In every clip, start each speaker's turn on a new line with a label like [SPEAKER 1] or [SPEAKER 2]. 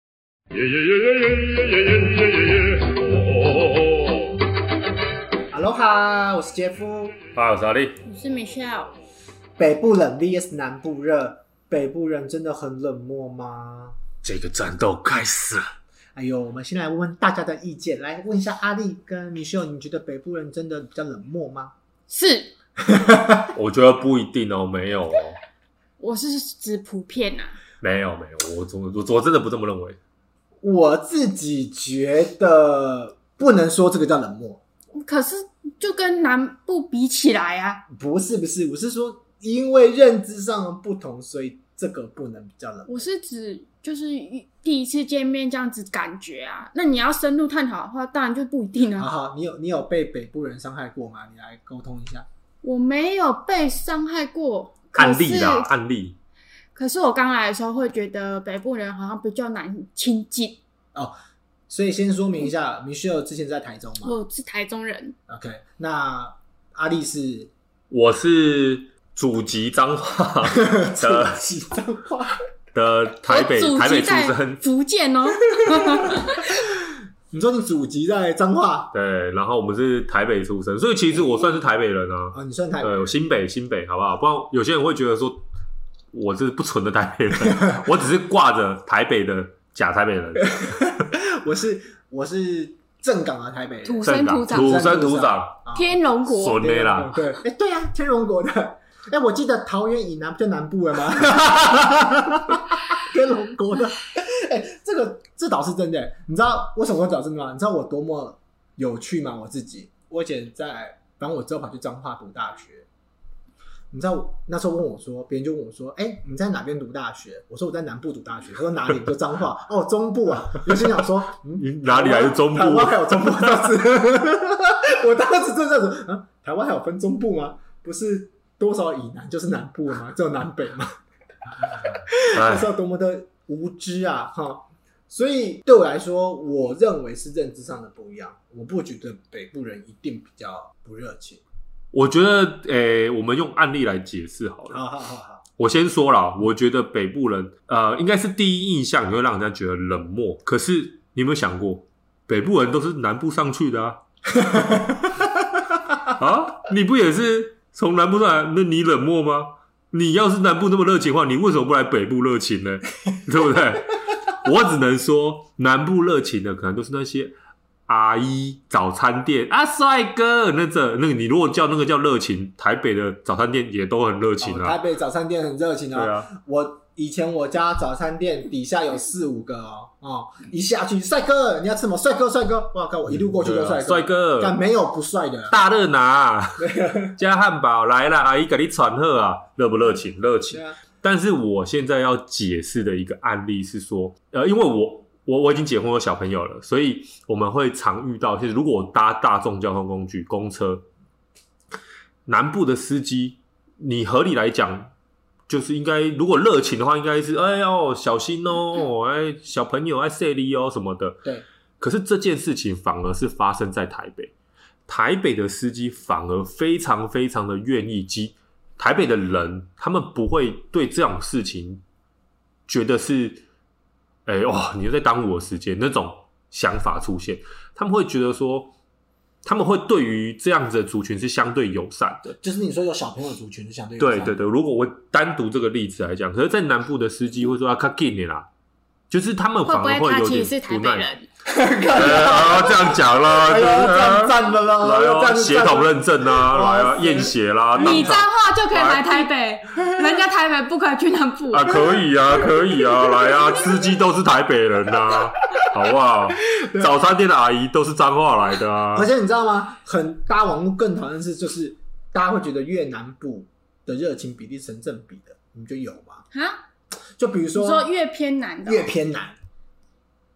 [SPEAKER 1] 耶耶耶耶耶耶耶耶耶耶哦！
[SPEAKER 2] 哈喽哈，我是杰夫。
[SPEAKER 1] 嗨，我是阿力。
[SPEAKER 3] 我是 Michelle，
[SPEAKER 2] 北部冷 VS 南部热，北部人真的很冷漠吗？
[SPEAKER 1] 这个战斗开始了。
[SPEAKER 2] 哎呦，我们先来问问大家的意见，来问一下阿丽跟米秀，你觉得北部人真的比较冷漠吗？
[SPEAKER 3] 是，
[SPEAKER 1] 我觉得不一定哦，没有哦，
[SPEAKER 3] 我是指普遍呐、啊，
[SPEAKER 1] 没有没有，我我我我真的不这么认为。
[SPEAKER 2] 我自己觉得不能说这个叫冷漠，
[SPEAKER 3] 可是就跟南部比起来啊，
[SPEAKER 2] 不是不是，我是说因为认知上的不同，所以这个不能比较冷漠。
[SPEAKER 3] 我是指就是第一次见面这样子感觉啊，那你要深入探讨的话，当然就不一定
[SPEAKER 2] 好
[SPEAKER 3] 啊。
[SPEAKER 2] 好，你有你有被北部人伤害过吗？你来沟通一下。
[SPEAKER 3] 我没有被伤害过，可
[SPEAKER 1] 案例
[SPEAKER 3] 是
[SPEAKER 1] 啦，案例。
[SPEAKER 3] 可是我刚来的时候会觉得北部人好像比较难亲近，
[SPEAKER 2] 所以先说明一下，米秀之前在台中嘛
[SPEAKER 3] 我是台中人，
[SPEAKER 2] ？OK，那阿丽是
[SPEAKER 1] 我是祖籍彰化的
[SPEAKER 2] 自己脏话。
[SPEAKER 1] 的台北
[SPEAKER 3] 我祖籍
[SPEAKER 1] 台北出
[SPEAKER 3] 在
[SPEAKER 1] 生，
[SPEAKER 3] 福建哦，
[SPEAKER 2] 你说你祖籍在彰化
[SPEAKER 1] 对，然后我们是台北出生，所以其实我算是台北人啊。
[SPEAKER 2] 哦，你算台北
[SPEAKER 1] 对，我新北新北好不好？不然有些人会觉得说我是不纯的台北人，我只是挂着台北的假台北人，
[SPEAKER 2] 我是我是正港的台北人
[SPEAKER 3] 土，
[SPEAKER 1] 正
[SPEAKER 3] 生
[SPEAKER 1] 港
[SPEAKER 3] 土长，
[SPEAKER 1] 土生土长，
[SPEAKER 2] 啊
[SPEAKER 3] 天龙国
[SPEAKER 1] 纯的啦。
[SPEAKER 2] 对，哎对啊，天龙国的。哎，我记得桃园以南不就南部了吗？ 天龙国的，哎，这个这倒是真的。欸你知道为什么会找真的吗？你知道我多么有趣吗？我自己，我以前在，反正我之后跑去彰化读大学。你知道我那时候问我说，别人就问我说：“哎、你在哪边读大学？”我说：“我在南部读大学。”他说：“哪里？”就彰化。哦，中部啊。我心想说：“嗯，
[SPEAKER 1] 你哪里来的中部
[SPEAKER 2] 台？湾还有中部当时， 我当时就这样子啊，台湾还有分中部吗？不是多少以南就是南部了吗？只有南北吗？那
[SPEAKER 1] 哎
[SPEAKER 2] 时，候多么的无知啊！哈，所以对我来说，我认为是认知上的不一样。我不觉得北部人一定比较不热情。
[SPEAKER 1] 我觉得，诶、我们用案例来解释好了。
[SPEAKER 2] 好好好好，
[SPEAKER 1] 我先说啦，我觉得北部人，呃，应该是第一印象你会让人家觉得冷漠。可是你有没有想过，北部人都是南部上去的 啊？啊，你不也是从南部上来？那你冷漠吗？你要是南部那么热情的话，你为什么不来北部热情 呢？对不对？我只能说，南部热情的可能都是那些阿姨早餐店啊，帅哥那这那个，你如果叫那个叫热情，台北的早餐店也都很热情
[SPEAKER 2] 哦
[SPEAKER 1] 啊。
[SPEAKER 2] 台北早餐店很热情
[SPEAKER 1] 对啊，
[SPEAKER 2] 我以前我家早餐店底下有四五个哦，哦，一下去帅哥，你要吃什么？帅哥，帅哥，哇靠！我一路过去都
[SPEAKER 1] 对啊
[SPEAKER 2] 帅哥，
[SPEAKER 1] 帅哥
[SPEAKER 2] 但没有不帅的。
[SPEAKER 1] 大热 拿加汉堡来了，阿姨给你喘喝啊，热不热情？热
[SPEAKER 2] 对
[SPEAKER 1] 情。
[SPEAKER 2] 啊，
[SPEAKER 1] 但是我现在要解释的一个案例是说，呃，因为我我我已经结婚有小朋友了，所以我们会常遇到，就是如果我搭大众交通工具公车，南部的司机，你合理来讲。就是应该，如果热情的话，应该是哎呦小心哦，哎小朋友哎塞力哦什么的。
[SPEAKER 2] 对，
[SPEAKER 1] 可是这件事情反而是发生在台北，台北的司机反而非常非常的愿意及台北的人，他们不会对这种事情觉得是，哎、哦，你又在耽误我时间那种想法出现，他们会觉得说，他们会对于这样子的族群是相对友善的。
[SPEAKER 2] 就是你说有小朋友族群是相对
[SPEAKER 1] 对对对，如果我单独这个例子来讲，可是，在南部的司机会说啊，卡给你啦，就是他们
[SPEAKER 3] 会
[SPEAKER 1] 反
[SPEAKER 3] 不
[SPEAKER 1] 而
[SPEAKER 3] 会他
[SPEAKER 1] 有
[SPEAKER 3] 其
[SPEAKER 1] 点
[SPEAKER 3] 实是台
[SPEAKER 1] 不
[SPEAKER 3] 北
[SPEAKER 1] 耐
[SPEAKER 3] 人？
[SPEAKER 1] 啊，这样讲啦，
[SPEAKER 2] 哎呦，这样赞了啦，
[SPEAKER 1] 来
[SPEAKER 2] 这
[SPEAKER 1] 哦，
[SPEAKER 2] 样
[SPEAKER 1] 血统认证啊，
[SPEAKER 2] 哇
[SPEAKER 1] 来啊，
[SPEAKER 2] 塞
[SPEAKER 1] 验血啦，
[SPEAKER 3] 你
[SPEAKER 1] 当
[SPEAKER 3] 彰化就可以来台北，人家台北不可以去南部
[SPEAKER 1] 场啊，可以啊，可以啊，来啊，司机都是台北人呐、啊，好不好？早餐店的阿姨都是彰化来的啊
[SPEAKER 2] 而，且你知道吗？很大家网络更讨厌的是，就是大家会觉得越南部的热情比例是成正比的，你们就有吗？
[SPEAKER 3] 啊？
[SPEAKER 2] 就比如
[SPEAKER 3] 你
[SPEAKER 2] 说
[SPEAKER 3] 说越偏南的哦，
[SPEAKER 2] 越偏啊南，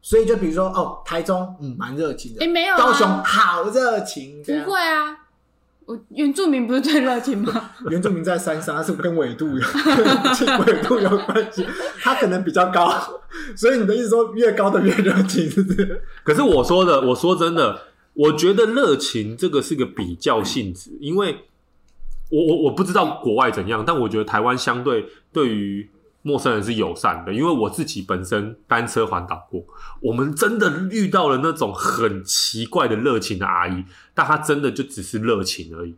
[SPEAKER 2] 所以就比如说哦，台中嗯蛮热情的，
[SPEAKER 3] 哎没有啊
[SPEAKER 2] 高雄好热情，这样
[SPEAKER 3] 不会啊，我原住民不是最热情 吗？
[SPEAKER 2] 原住民在山上，它是跟纬度有纬度有关系，它可能比较高，所以你的意思说越高的越热情，是不是？
[SPEAKER 1] 可是我说的，我说真的，我觉得热情这个是个比较性质，因为我我我不知道国外怎样，但我觉得台湾相对对于陌生人是友善的，因为我自己本身单车环岛过，我们真的遇到了那种很奇怪的热情的阿姨，但她真的就只是热情而已。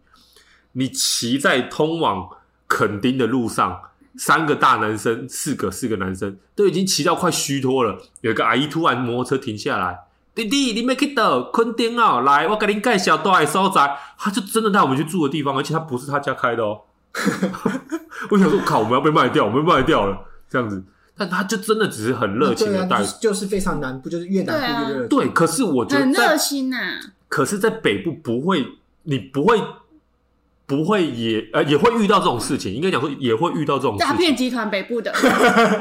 [SPEAKER 1] 你骑在通往垦丁的路上，三个大男生，四个四个男生都已经骑到快虚脱了，有一个阿姨突然摩托车停下来。弟弟，你没去到垦丁哦，来，我给你介绍大的所在。他就真的带我们去住的地方，而且他不是他家开的哦。 我想说，靠，我们要被卖掉，我们被卖掉了，这样子。但他就真的只是很热情
[SPEAKER 2] 对
[SPEAKER 1] 的
[SPEAKER 2] 啊，
[SPEAKER 1] 带
[SPEAKER 2] 就。是就是非常南部，就是越
[SPEAKER 3] 啊
[SPEAKER 2] 南部越热。
[SPEAKER 1] 对，啊可是我觉
[SPEAKER 3] 很
[SPEAKER 1] 得
[SPEAKER 3] 热
[SPEAKER 1] 在，
[SPEAKER 3] 心啊呐、
[SPEAKER 1] 可是，在北部不会，你不会，不会也呃也会遇到这种事情。应该讲说也会遇到这种事
[SPEAKER 3] 诈
[SPEAKER 1] 情。
[SPEAKER 3] 骗集团北部的，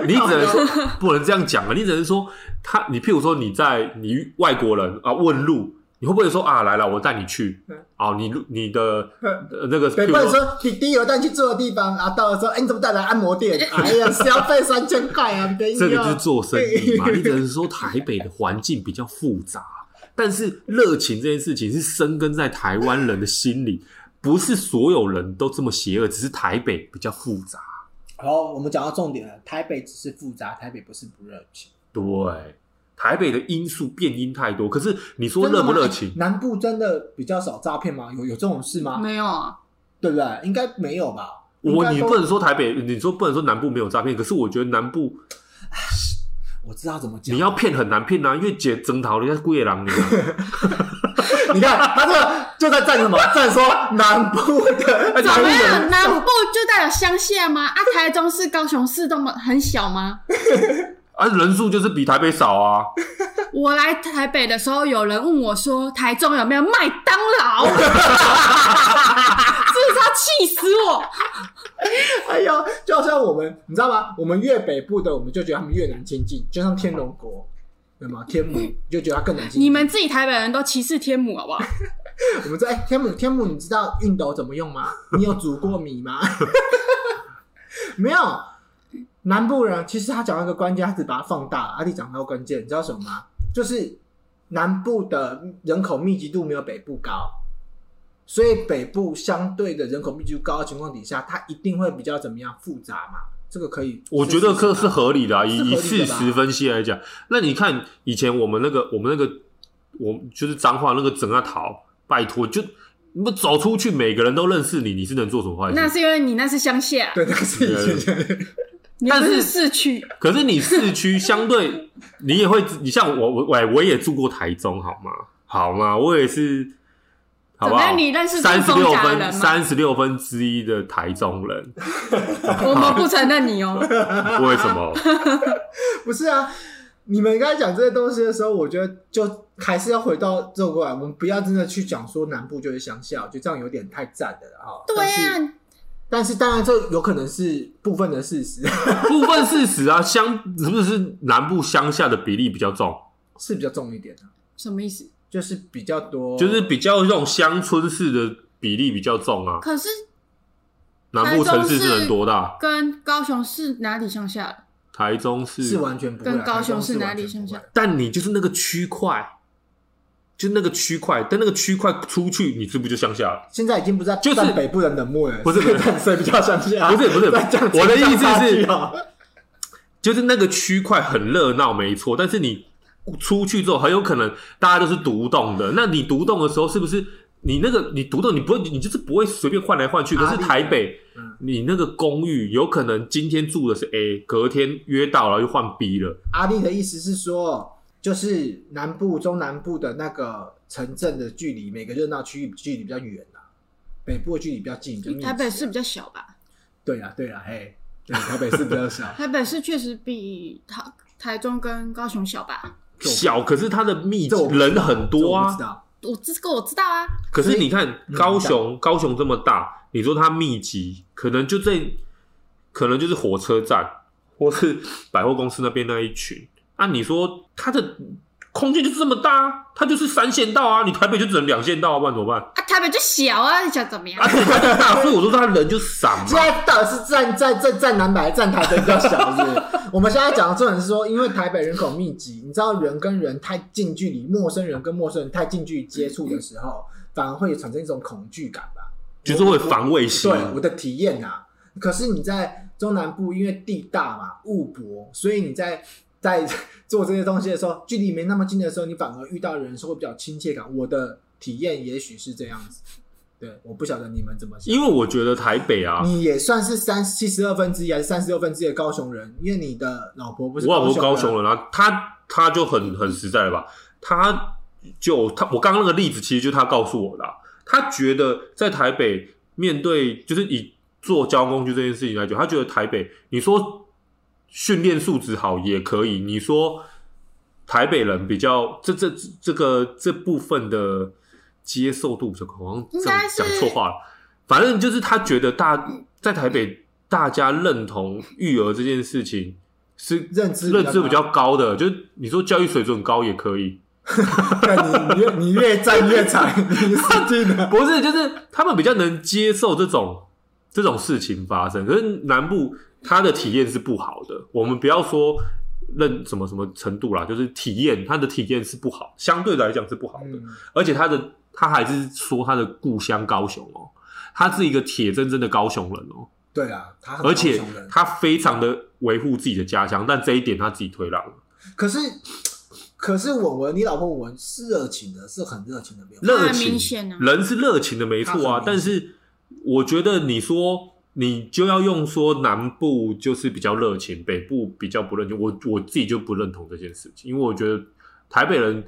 [SPEAKER 1] 你只能说不能这样讲啊，你只能说他，你譬如说你在你外国人啊问路，你会不会说啊来了我带你去
[SPEAKER 2] 嗯？
[SPEAKER 1] 哦，你你的
[SPEAKER 2] 嗯
[SPEAKER 1] 呃那个譬
[SPEAKER 2] 北
[SPEAKER 1] 如
[SPEAKER 2] 部人
[SPEAKER 1] 说
[SPEAKER 2] 说，你第一带你去住的地方，然后到了说，哎，你怎么带来按摩店？哎呀，消费三千块啊，没有。
[SPEAKER 1] 这个就是做生意 嘛，
[SPEAKER 2] 对
[SPEAKER 1] 你只能说台北的环境比较复杂，但是热情这件事情是生根在台湾人的心里，不是所有人都这么邪恶，只是台北比较复杂。
[SPEAKER 2] 然后我们讲到重点了，台北只是复杂，台北不是不热情。
[SPEAKER 1] 对，台北的因素变因太多，可是你说热不热情
[SPEAKER 2] 真？的吗哎南部真的比较少诈骗吗？有有这种事吗？
[SPEAKER 3] 没有啊，
[SPEAKER 2] 对不对？应该没有吧？应
[SPEAKER 1] 我
[SPEAKER 2] 该
[SPEAKER 1] 你
[SPEAKER 2] 都
[SPEAKER 1] 不能说台北，你说不能说南部没有诈骗，可是我觉得南部
[SPEAKER 2] 我知道怎么讲。
[SPEAKER 1] 你要骗很难骗啊，因为姐征讨人家贵狼你啊，
[SPEAKER 2] 你看他这个就在站什么？站说南部 的
[SPEAKER 1] 而且
[SPEAKER 3] 怎
[SPEAKER 1] 还
[SPEAKER 3] 么
[SPEAKER 1] 问
[SPEAKER 3] 样？
[SPEAKER 1] 人
[SPEAKER 3] 南部就代表乡下吗？啊，台中市、高雄市都么很小吗？
[SPEAKER 1] 啊人数就是比台北少 啊，
[SPEAKER 3] 我来台北的时候，有人问我说，台中有没有麦当劳？真的是要气死我！
[SPEAKER 2] 哎呦，就好像我们，你知道吗？我们越北部的，我们就觉得他们越难亲近，就像天龙国，对吗？天母你就觉得它更难亲近。
[SPEAKER 3] 你们自己台北人都歧视天母好不好？
[SPEAKER 2] 我们说，哎、天母天母，你知道熨斗怎么用吗？你有煮过米吗？ 没有。南部人其实他讲到一个关键，他只把它放大，阿弟讲到关键，你知道什么吗？就是南部的人口密集度没有北部高，所以北部相对的人口密集度高的情况底下，它一定会比较怎么样复杂嘛？这个可以，
[SPEAKER 1] 我觉得这是合理的、啊，以
[SPEAKER 2] 是合理
[SPEAKER 1] 以
[SPEAKER 2] 的
[SPEAKER 1] 事
[SPEAKER 2] 吧
[SPEAKER 1] 实分析来讲，那你看以前我们那个我们那个我就是脏话那个整啊逃，拜托就你们走出去，每个人都认识你，你是能做什么坏事？
[SPEAKER 3] 那是因为你那是乡下，
[SPEAKER 2] 对，但是以 前
[SPEAKER 3] 你不是 市区。
[SPEAKER 1] 可是你市区相对， 你也会，你像我，我，我我也住过台中，好吗？好吗？我也是，好不
[SPEAKER 3] 怎么
[SPEAKER 1] 好？
[SPEAKER 3] 样你认识
[SPEAKER 1] 三十
[SPEAKER 3] 中风
[SPEAKER 1] 六
[SPEAKER 3] 甲的
[SPEAKER 1] 分，
[SPEAKER 3] 人吗
[SPEAKER 1] 三十六分之一的台中人，
[SPEAKER 2] 哦
[SPEAKER 3] 我们不承认你 哦。
[SPEAKER 2] 啊
[SPEAKER 1] 为什么？
[SPEAKER 2] 不是啊，你们刚才讲这些东西的时候，我觉得就还是要回到这过来，我们不要真的去讲说南部就是乡下，我觉得这样有点太赞的了啊。
[SPEAKER 3] 对
[SPEAKER 2] 但是
[SPEAKER 3] 呀、
[SPEAKER 2] 但是当然这有可能是部分的事实
[SPEAKER 1] 部分事实啊，乡是不是南部乡下的比例比较重？
[SPEAKER 2] 是比较重一点的，
[SPEAKER 3] 什么意思？
[SPEAKER 2] 就是比较多，
[SPEAKER 1] 就是比较这种乡村式的比例比较重啊。
[SPEAKER 3] 可是
[SPEAKER 1] 南部城市
[SPEAKER 3] 台
[SPEAKER 1] 是
[SPEAKER 3] 中是
[SPEAKER 1] 能多大？
[SPEAKER 3] 跟高雄市哪里乡下了？
[SPEAKER 1] 台中市
[SPEAKER 2] 是完全不会啊。
[SPEAKER 3] 跟高雄
[SPEAKER 2] 台中
[SPEAKER 3] 是
[SPEAKER 2] 是
[SPEAKER 3] 哪
[SPEAKER 2] 完
[SPEAKER 3] 里
[SPEAKER 2] 全不
[SPEAKER 3] 乡
[SPEAKER 2] 会
[SPEAKER 3] 下？
[SPEAKER 1] 但你就是那个区块，就那个区块，但那个区块出去，你是不是就乡下了？
[SPEAKER 2] 现在已经不在
[SPEAKER 1] 就是
[SPEAKER 2] 占北部人冷漠了，
[SPEAKER 1] 不是不 是
[SPEAKER 2] 淡水比较乡下，
[SPEAKER 1] 不是 不是
[SPEAKER 2] 在讲
[SPEAKER 1] 我的意思
[SPEAKER 2] 差距
[SPEAKER 1] 是
[SPEAKER 2] 啊
[SPEAKER 1] 就是那个区块很热闹，没错，但是你出去之后，很有可能大家都是独栋的。那你独栋的时候，是不是你那个你独栋，你不会，你就是不会随便换来换去。可
[SPEAKER 2] 啊
[SPEAKER 1] 是台北
[SPEAKER 2] 嗯，
[SPEAKER 1] 你那个公寓有可能今天住的是 A，隔天约到了又换 B 了。
[SPEAKER 2] 阿力的意思是说，就是南部、中南部的那个城镇的距离，每个热闹区域距离比较远啊，北部的距离比较近，比较密集啊
[SPEAKER 3] 台北市比较小吧？，
[SPEAKER 2] 对啊，对啊，嘿，对，台北市比 较小
[SPEAKER 3] 台北市确实比台台中跟高雄小吧？
[SPEAKER 2] 这我
[SPEAKER 1] 小，可是它的密集
[SPEAKER 2] 这我不知道
[SPEAKER 1] 人很多
[SPEAKER 2] 这我
[SPEAKER 1] 啊
[SPEAKER 2] 不知。道，
[SPEAKER 3] 我这个我知道啊，
[SPEAKER 1] 可是
[SPEAKER 2] 所以
[SPEAKER 1] 你看
[SPEAKER 2] 嗯
[SPEAKER 1] 高雄，高雄这么大，你说它密集，可能就在，可能就是火车站或是百货公司那边那一群。啊，你说它的空间就是这么大、啊，它就是三线道啊，你台北就只能两线道、啊，不然怎么 办？
[SPEAKER 3] 啊，台北就小啊，你想怎么样
[SPEAKER 1] 啊，？对，它就大，所以我说它人就少
[SPEAKER 2] 现
[SPEAKER 1] 嘛。
[SPEAKER 2] 在到底是站站站站南北，站台北比较小，是不是？我们现在讲的重点是说，因为台北人口密集，你知道人跟人太近距离，陌生人跟陌生人太近距离接触的时候，反而会产生一种恐惧感吧。
[SPEAKER 1] 就是会防卫心
[SPEAKER 2] 对，我的体验啊，可是你在中南部，因为地大嘛，物博，所以你在在做这些东西的时候，距离没那么近的时候，你反而遇到的人是会比较亲切感。我的体验也许是这样子，对，我不晓得你们怎么想。
[SPEAKER 1] 因为我觉得台北啊，
[SPEAKER 2] 你也算是三七十二分之一还是三十六分之一的高雄人，因为你的老婆不是
[SPEAKER 1] 我老婆高
[SPEAKER 2] 高
[SPEAKER 1] 雄
[SPEAKER 2] 人，
[SPEAKER 1] 人啊，他他就很很实在了吧？他就他我刚刚那个例子，其实就是他告诉我的啊、他觉得在台北面对就是以坐交通工具这件事情来讲，他觉得台北你说训练素质好也可以，你说台北人比较这这这这个这部分的接受度比较高，好像
[SPEAKER 3] 应
[SPEAKER 1] 讲
[SPEAKER 3] 该是
[SPEAKER 1] 讲错话了。反正就是他觉得大在台北大家认同育儿这件事情是
[SPEAKER 2] 认知
[SPEAKER 1] 认知比
[SPEAKER 2] 高
[SPEAKER 1] 较高的，就是你说教育水准高也可以，
[SPEAKER 2] 干你你越你越站越长，你死定了。
[SPEAKER 1] 不是就是他们比较能接受这种这种事情发生。可是南部他的体验是不好的，我们不要说认什么什么程度啦，就是体验他的体验是不好，相对来讲是不好的。
[SPEAKER 2] 嗯
[SPEAKER 1] 而且他的他还是说他的故乡高雄哦，他是一个铁铮铮的高雄人哦。
[SPEAKER 2] 对啊，他很
[SPEAKER 1] 而且
[SPEAKER 2] 高雄人
[SPEAKER 1] 他非常的维护自己的家乡，但这一点他自己推让了。
[SPEAKER 2] 可是可是文文，你老婆文文是热情的，是很热情的，没有。
[SPEAKER 1] 热
[SPEAKER 3] 那很
[SPEAKER 1] 情
[SPEAKER 3] 明显啊
[SPEAKER 1] 人是热情的，没错啊。
[SPEAKER 2] 他很
[SPEAKER 1] 但
[SPEAKER 2] 明显
[SPEAKER 1] 是我觉得你说你就要用说南部就是比较热情，北部比较不热情，我我自己就不认同这件事情，因为我觉得台北人，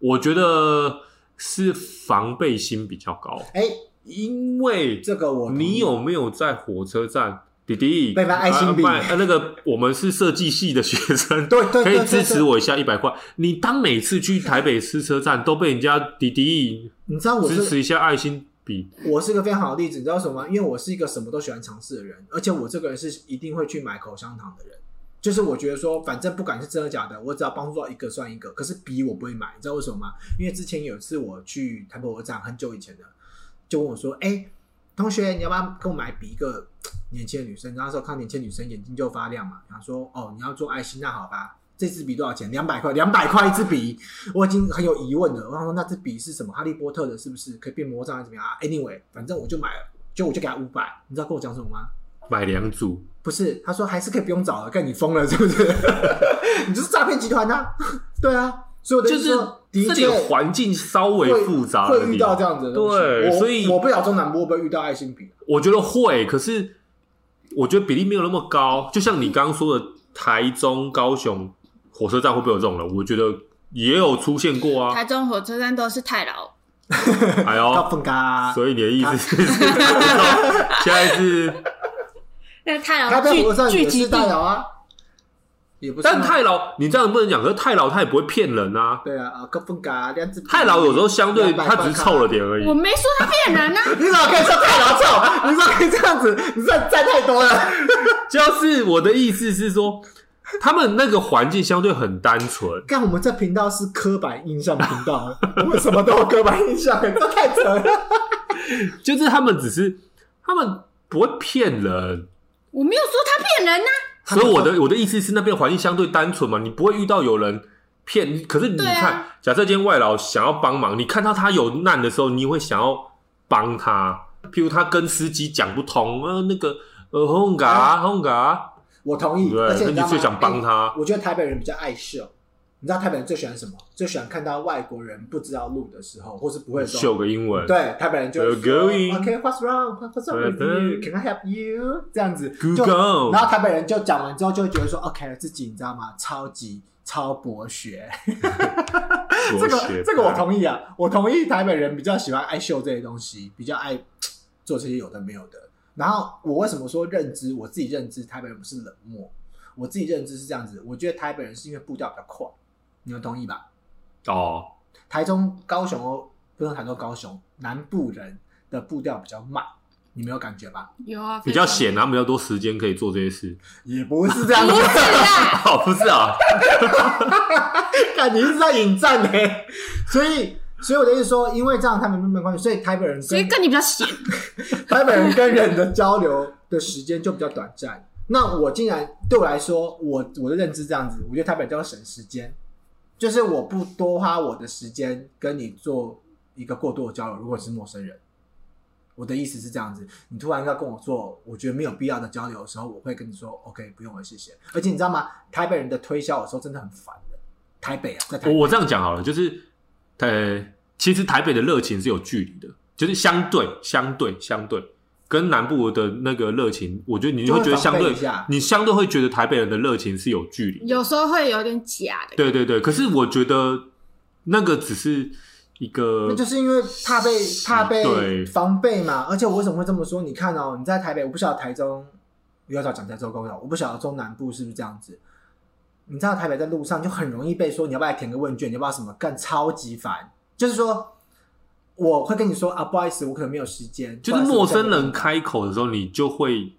[SPEAKER 1] 我觉得是防备心比较高，
[SPEAKER 2] 哎、
[SPEAKER 1] 因为
[SPEAKER 2] 这个我同意
[SPEAKER 1] 你有没有在火车站？弟弟，
[SPEAKER 2] 被发爱心笔
[SPEAKER 1] 啊卖呃那个我们是设计系的学生，
[SPEAKER 2] 对对
[SPEAKER 1] 可
[SPEAKER 2] 对对
[SPEAKER 1] 以支持我一下一百块。你当每次去台北市车站都被人家弟弟
[SPEAKER 2] 你知道我
[SPEAKER 1] 支持
[SPEAKER 2] 是
[SPEAKER 1] 一下爱心笔，
[SPEAKER 2] 我是个非常好的例子，你知道为什么吗？因为我是一个什么都喜欢尝试的人，而且我这个人是一定会去买口香糖的人。就是我觉得说，反正不管是真的假的，我只要帮助到一个算一个。可是笔我不会买，你知道为什么吗？因为之前有一次我去台北火车站，很久以前的，就问我说：“哎、同学，你要不要跟我买笔？”一个年轻的女生，那时候看年轻女生眼睛就发亮嘛，她说：“哦，你要做爱心，那好吧，这支笔多少钱？两百块，两百块一支笔。”我已经很有疑问了。然后说：“那支笔是什么？哈利波特的，是不是可以变魔杖还是怎么样啊？”Anyway，反正我就买了，就我就给她五百。你知道跟我讲什么吗？
[SPEAKER 1] 买两组。
[SPEAKER 2] 不是，他说还是可以不用找了，看你疯了是 不是？你就是诈骗集团呐、对啊， 所以我的意
[SPEAKER 1] 就
[SPEAKER 2] 思
[SPEAKER 1] 是
[SPEAKER 2] 说的
[SPEAKER 1] 这里
[SPEAKER 2] 确
[SPEAKER 1] 的环境稍微
[SPEAKER 2] 会
[SPEAKER 1] 复杂的
[SPEAKER 2] 会遇
[SPEAKER 1] 地
[SPEAKER 2] 到
[SPEAKER 1] 方
[SPEAKER 2] 这，样子的东西
[SPEAKER 1] 对
[SPEAKER 2] 我
[SPEAKER 1] 所以
[SPEAKER 2] 我不了中南部会不会遇到爱心笔？
[SPEAKER 1] 我觉得会，可是我觉得比例没有那么高。就像你刚刚说的，台中、高雄火车站会不会有这种人？我觉得也有出现过啊。
[SPEAKER 3] 台中火车站都是太老，
[SPEAKER 1] 哎
[SPEAKER 2] 要
[SPEAKER 1] 呦，
[SPEAKER 2] 分嘎，
[SPEAKER 1] 所以你的意思是， 现在是，
[SPEAKER 3] 那太
[SPEAKER 2] 台
[SPEAKER 3] 老
[SPEAKER 2] 北火车站
[SPEAKER 3] 聚聚
[SPEAKER 2] 也
[SPEAKER 3] 集
[SPEAKER 2] 是大
[SPEAKER 3] 地，
[SPEAKER 2] 佬啊，也不是啊，
[SPEAKER 1] 但太老你这样不能讲，可是太老他也不会骗人啊。
[SPEAKER 2] 对啊啊，高分嘎两只
[SPEAKER 1] 太老有时候相对
[SPEAKER 2] 200
[SPEAKER 1] 他只是臭了点而已
[SPEAKER 3] 我。没说他骗人啊，
[SPEAKER 2] 你怎么可以说太老臭？你怎么可以这样子？你这占太 多了。
[SPEAKER 1] 就是我的意思是说，他们那个环境相对很单纯，
[SPEAKER 2] 看我们这频道是刻板印象频道，我们什么都有刻板印象，这太扯 了。
[SPEAKER 1] 就是他们只是他们不会骗人，
[SPEAKER 3] 我没有说他骗人啊，
[SPEAKER 1] 所以我的我的意思是那边环境相对单纯嘛，你不会遇到有人骗。可是你
[SPEAKER 3] 对啊
[SPEAKER 1] 看，假设今天外劳想要帮忙，你看到他有难的时候，你会想要帮他，譬如他跟司机讲不通，呃，那个呃，轰嘎轰嘎，
[SPEAKER 2] 我同意，
[SPEAKER 1] 对，
[SPEAKER 2] 啊而且
[SPEAKER 1] 那
[SPEAKER 2] 你知
[SPEAKER 1] 你
[SPEAKER 2] 道吗
[SPEAKER 1] 最想帮
[SPEAKER 2] 哎
[SPEAKER 1] 他，
[SPEAKER 2] 我觉得台北人比较爱秀，你知道台北人最喜欢什么？最喜欢看到外国人不知道路的时候，或是不会的时候
[SPEAKER 1] 秀个英文，
[SPEAKER 2] 哎对，台北人就会
[SPEAKER 1] We're
[SPEAKER 2] 说
[SPEAKER 1] going.
[SPEAKER 2] OK, what's wrong? What's up with you? Can I help you? 这样子就，
[SPEAKER 1] ，Google，
[SPEAKER 2] 然后台北人就讲完之后就会觉得说 OK，自己你知道吗？超级超博学，这个这个我同意啊，我同意台北人比较喜欢爱秀这些东西，比较爱做这些有的没有的。然后我为什么说认知？我自己认知台北人不是冷漠，我自己认知是这样子。我觉得台北人是因为步调比较快，你们同意吧？
[SPEAKER 1] 哦，
[SPEAKER 2] 台中、高雄哦，不用台中、高雄，南部人的步调比较慢，你没有感觉 吧？
[SPEAKER 3] 有啊，
[SPEAKER 1] 比较显，他们比较多时间可以做这些 事。
[SPEAKER 2] 也不是这样
[SPEAKER 3] 不
[SPEAKER 2] 子，
[SPEAKER 3] 是啦，
[SPEAKER 1] 哦，不是啊，
[SPEAKER 2] 感你是在引战呢、所以，所以我的意思说，因为这样他们没有关系，所以台北人
[SPEAKER 3] 所以
[SPEAKER 2] 跟
[SPEAKER 3] 跟你比较显，
[SPEAKER 2] 台北人跟人的交流的时间就比较短暂。那我竟然对我来说，我我的认知这样子，我觉得台北人就要省时间，就是我不多花我的时间跟你做一个过多的交流，如果是陌生人。我的意思是这样子，你突然要跟我做我觉得没有必要的交流的时候，我会跟你说 OK，不用了，谢谢。而且你知道吗？台北人的推销有时候真的很烦的。台北啊，在台
[SPEAKER 1] 我
[SPEAKER 2] 北
[SPEAKER 1] 我这样讲好了，就是呃，其实台北的热情是有距离的，就是相对相对相对跟南部的那个热情，我觉得你
[SPEAKER 2] 就
[SPEAKER 1] 会
[SPEAKER 2] 会
[SPEAKER 1] 觉得相
[SPEAKER 2] 防
[SPEAKER 1] 对
[SPEAKER 2] 备一下，
[SPEAKER 1] 你相对会觉得台北人的热情是有距离的。
[SPEAKER 3] 有时候会有点假的。
[SPEAKER 1] 对对对，可是我觉得那个只是一个
[SPEAKER 2] 那就是因为怕被怕被
[SPEAKER 1] 呃对
[SPEAKER 2] 防备嘛。而且我为什么会这么说？你看哦，你在台北，我不晓得台中，又要讲台中公了，我不晓得中南部是不是这样子。你知道台北在路上就很容易被说你要不要来填个问卷，你要不要什么干，超级烦。就是说，我会跟你说啊，不好意思，我可能没有时间。
[SPEAKER 1] 就是
[SPEAKER 2] 不好
[SPEAKER 1] 陌
[SPEAKER 2] 意思我
[SPEAKER 1] 生
[SPEAKER 2] 现在没有
[SPEAKER 1] 人开口的时候，你就会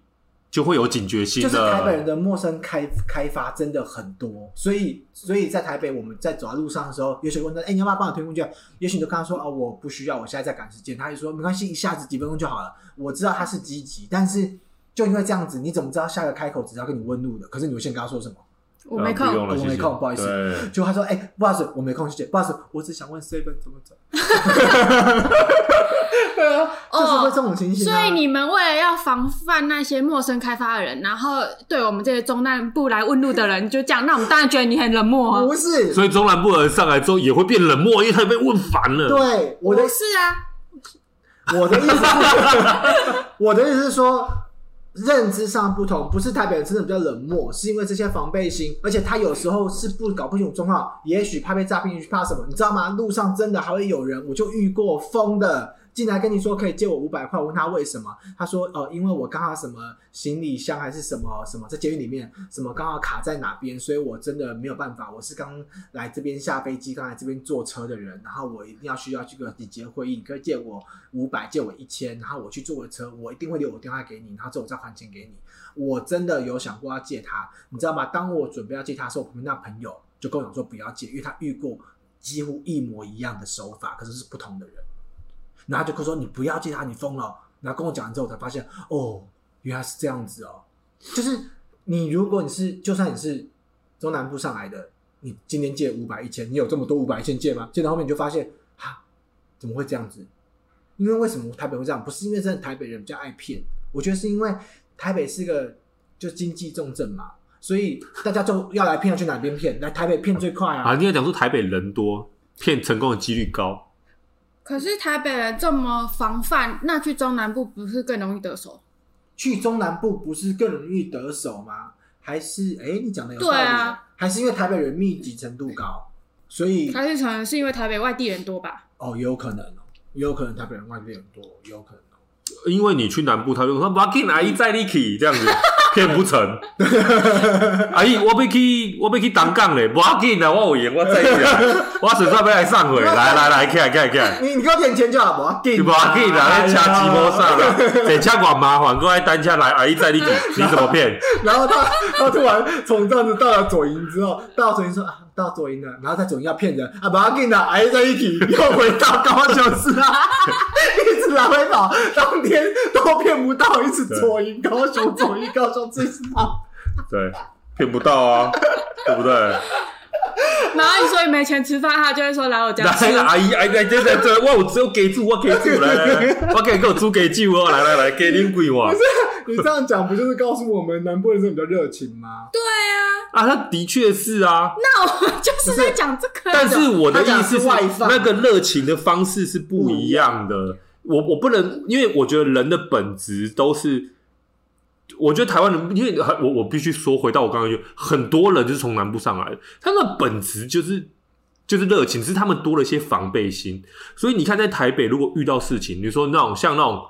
[SPEAKER 1] 就会有警觉性
[SPEAKER 2] 就
[SPEAKER 1] 的。
[SPEAKER 2] 是台北人的陌生开开发真的很多，所以所以在台北我们在走在路上的时候，也许问他，哎、你要不要帮我推问卷？也许你就跟他说，哦，我不需要，我现在在赶时间。他就说没关系，一下子几分钟就好了。我知道他是积极，但是就因为这样子，你怎么知道下个开口只要跟你问路的？可是你会先跟他说什么？
[SPEAKER 3] 我
[SPEAKER 1] 呃
[SPEAKER 3] 没
[SPEAKER 1] 不用
[SPEAKER 3] 空，
[SPEAKER 1] 了，
[SPEAKER 2] 我没
[SPEAKER 1] 谢谢
[SPEAKER 2] 空不好意思
[SPEAKER 1] 对
[SPEAKER 2] 就他说，哎、不好意思，我没空，谢谢，不好意思，我只想问 seven 怎么走。对啊，
[SPEAKER 3] 哦
[SPEAKER 2] 就是会这种情形、
[SPEAKER 3] 所
[SPEAKER 2] 啊
[SPEAKER 3] 以你们为了要防范那些陌生开发的人，然后对我们这些中南部来问路的人就这样，那我们当然觉得你很冷漠啊。
[SPEAKER 2] 不是
[SPEAKER 1] 所以中南部人上来之后也会变冷漠，因为他被问烦了。
[SPEAKER 2] 对我
[SPEAKER 3] 我
[SPEAKER 2] 的
[SPEAKER 3] 是啊，
[SPEAKER 2] 我的意思是，我的意思是说，认知上不同，不是台北人真的比较冷漠，是因为这些防备心，而且他有时候是不搞不清楚状况，也许怕被诈骗，也许怕什么，你知道吗？路上真的还会有人，我就遇过疯的。进来跟你说可以借我五百块，我问他为什么，他说呃，因为我刚好什么行李箱还是什么什么在监狱里面什么刚好卡在哪边，所以我真的没有办法，我是刚来这边下飞机，刚来这边坐车的人，然后我一定要需要去个紧急会议，你可以借我五百，借我一千，然后我去坐个车，我一定会留我电话给你，然后之后我再还钱给你。我真的有想过要借他，你知道吗？当我准备要借他的时候，我旁边那朋友就跟我讲说不要借，因为他遇过几乎一模一样的手法，可是是不同的人。然后他就跟我说你不要借他，你疯了。然后跟我讲完之后，我才发现哦，原来是这样子哦。就是你如果你是，就算你是中南部上来的，你今天借五百一千，你有这么多五百一千借吗？借到后面你就发现，哈，怎么会这样子？因为为什么台北会这样？不是因为真的台北人比较爱骗，我觉得是因为台北是个就经济重镇嘛，所以大家就要来骗，要去哪边骗？来台北骗最快
[SPEAKER 1] 啊，
[SPEAKER 2] 啊！
[SPEAKER 1] 你要讲说台北人多，骗成功的几率高。
[SPEAKER 3] 可是台北人这么防范，那去中南部不是更容易得手？
[SPEAKER 2] 去中南部不是更容易得手吗？还是哎、你讲的有道
[SPEAKER 3] 对
[SPEAKER 2] 理、
[SPEAKER 3] 啊
[SPEAKER 2] 还是因为台北人密集程度高，所以
[SPEAKER 3] 还是可能是因为台北外地人多吧？
[SPEAKER 2] 哦，也有可能哦，也有可能台北人外地人多，也有可能、哦。
[SPEAKER 1] 因为你去南部，他就说：“我要跟阿姨在一起。”这样子 骗不成。阿姨，我要去，我要去东港嘞，不要紧啊，我有闲，我在啊， 我手上要来上回，来来来，起来起来起来，
[SPEAKER 2] 你你给我点钱就好，我要给
[SPEAKER 1] 你不要紧 啊，那车骑不上啊，坐车我麻烦，我爱单车来，阿姨 在一起，你怎么骗？
[SPEAKER 2] 然后他他突然从这样子到了左营之后，到左营说啊，到左营了，然后在左营要骗人啊，把他给你的挨在一起， 又回到高雄市啊，一直来回跑，当天都骗不到，一直左营高雄，左营高雄，最是跑。
[SPEAKER 1] 对，骗不到啊，对不对？
[SPEAKER 3] 然后你说你没钱吃饭，他就会说来我家吃
[SPEAKER 1] 来。阿姨，哎哎，对对对，我有只有给住，我给住，来来来， 我给给我煮给酒哦，来来来，给恁贵哇！
[SPEAKER 2] 你这样讲不就是告诉我们南部人是比较热情吗？
[SPEAKER 3] 对啊，
[SPEAKER 1] 啊，他的确是啊，
[SPEAKER 3] 那我们就是在讲这个。
[SPEAKER 1] 但是我的意思
[SPEAKER 2] 他讲是外放啊
[SPEAKER 1] 那个热情的方式是不一样的。我我不能，因为我觉得人的本质都是，我觉得台湾人，因为很我我必须说，回到我刚刚就很多人就是从南部上来的，他们的本质就是就是热情，只是他们多了一些防备心。所以你看，在台北如果遇到事情，你说那种像那种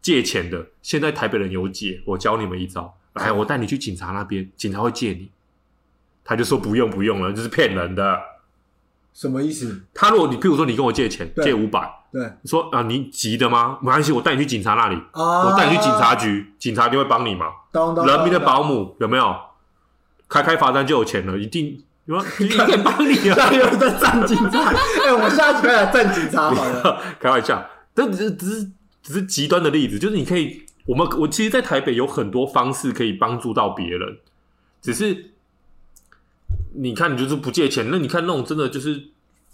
[SPEAKER 1] 借钱的，现在台北人有借，我教你们一招，来，我带你去警察那边，警察会借你。他就说不用不用了，就是骗人的。
[SPEAKER 2] 什么意思？
[SPEAKER 1] 他如果你，譬如说你跟我借钱，
[SPEAKER 2] 对
[SPEAKER 1] 借五百，
[SPEAKER 2] 对
[SPEAKER 1] 说啊你急的吗？没关系，我带你去警察那里，
[SPEAKER 2] 啊
[SPEAKER 1] 我带你去警察局，警察一定会帮你嘛。
[SPEAKER 2] 懂懂
[SPEAKER 1] 人民的
[SPEAKER 2] 保
[SPEAKER 1] 保姆有没有？开开罚单就有钱了，一定有 啊，一定帮你啊！
[SPEAKER 2] 又在站警察，哎、我们下一集开始站警察好了。
[SPEAKER 1] 开玩笑，这只是只是只是极端的例子，就是你可以，我们我其实，在台北有很多方式可以帮助到别人，只是你看，你就是不借钱，那你看那种真的就是，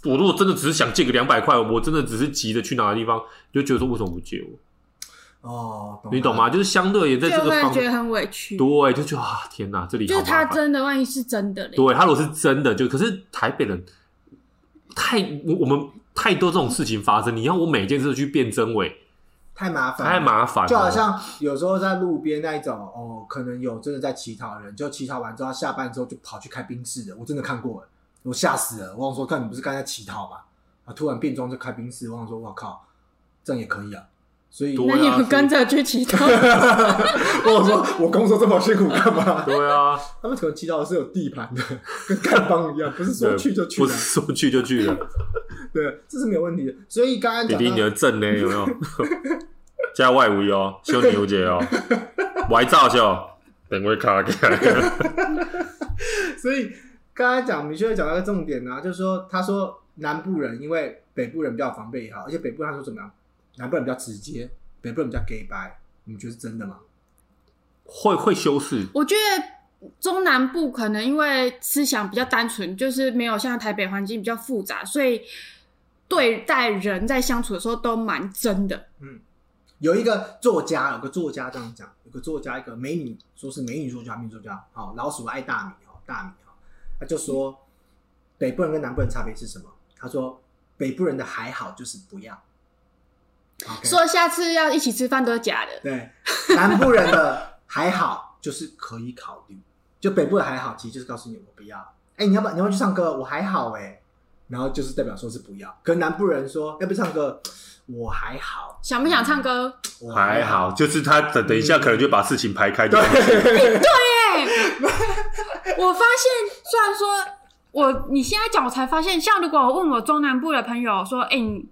[SPEAKER 1] 我如果真的只是想借个两百块，我真的只是急着去哪个地方，你就觉得说为什么不借我？
[SPEAKER 2] 哦，
[SPEAKER 1] 你懂？吗？就是相对而言，在这
[SPEAKER 3] 就
[SPEAKER 1] 个
[SPEAKER 3] 会
[SPEAKER 1] 方
[SPEAKER 3] 觉得
[SPEAKER 1] 面，
[SPEAKER 3] 很委屈。
[SPEAKER 1] 对，就觉得啊，天哪，这里
[SPEAKER 3] 就
[SPEAKER 1] 好
[SPEAKER 3] 是他
[SPEAKER 1] 麻烦。
[SPEAKER 3] 真的，万一是真的嘞，
[SPEAKER 1] 对他如果是真的，就可是台北人太我我们太多这种事情发生，你要我每件事去辨真伪，
[SPEAKER 2] 太麻烦，
[SPEAKER 1] 太麻烦了。
[SPEAKER 2] 就好像有时候在路边那一种，哦，可能有真的在乞讨的人，就乞讨完之后他下班之后就跑去开冰室的，我真的看过了，我吓死了。我想说，看你不是刚才乞讨吗？啊，突然变装就开冰室，我想说，我靠，这样也可以啊。所以，
[SPEAKER 1] 对
[SPEAKER 3] 那
[SPEAKER 1] 啊
[SPEAKER 3] 你有跟着去 乞讨？
[SPEAKER 2] 我说我工作这么辛苦干嘛？
[SPEAKER 1] 对啊，
[SPEAKER 2] 他们可能乞讨是有地盘的， 跟丐帮一样，不是说
[SPEAKER 1] 对
[SPEAKER 2] 去就去
[SPEAKER 1] 不
[SPEAKER 2] 的
[SPEAKER 1] 是， 说去就去了。
[SPEAKER 2] 对，这是没有问题的。所以刚刚
[SPEAKER 1] 弟
[SPEAKER 2] 讲
[SPEAKER 1] 弟，你
[SPEAKER 2] 到，
[SPEAKER 1] 的 证呢？有没有？加外围哦，修牛姐哦，歪照笑，等会卡起来。
[SPEAKER 2] 所以刚才讲米歇尔讲到一个重点啊，就是说他说南部人因为北部人比较防备也好，而且北部人他说怎么样，南部人比较直接，北部人比较 gay 白，你觉得是真的吗？
[SPEAKER 1] 会会修饰，
[SPEAKER 3] 我觉得中南部可能因为思想比较单纯，就是没有像台北环境比较复杂，所以对待人在相处的时候都蛮真的。
[SPEAKER 2] 嗯有一个作家，有个作家这样讲，有个作家，一个美女，说是美女作家，美女作家，好、老鼠爱大米，哦，大米，哦，他就说，北部人跟南部人差别是什么？他说，北部人的还好就是不要，OK，
[SPEAKER 3] 说下次要一起吃饭都是假的，
[SPEAKER 2] 对，南部人的还好就是可以考虑，就北部的还好，其实就是告诉你我不要，哎、你要不要你要不要去唱歌？我还好哎、然后就是代表说是不要，跟南部人说要不要唱歌，我还好，
[SPEAKER 3] 想不想唱歌？
[SPEAKER 2] 我
[SPEAKER 1] 还
[SPEAKER 2] 好。
[SPEAKER 1] 好，就是他等等一下，可能就把事情排开。对，
[SPEAKER 3] 对， 我发现虽然说我你现在讲，我才发现，像如果我问我中南部的朋友说，哎、你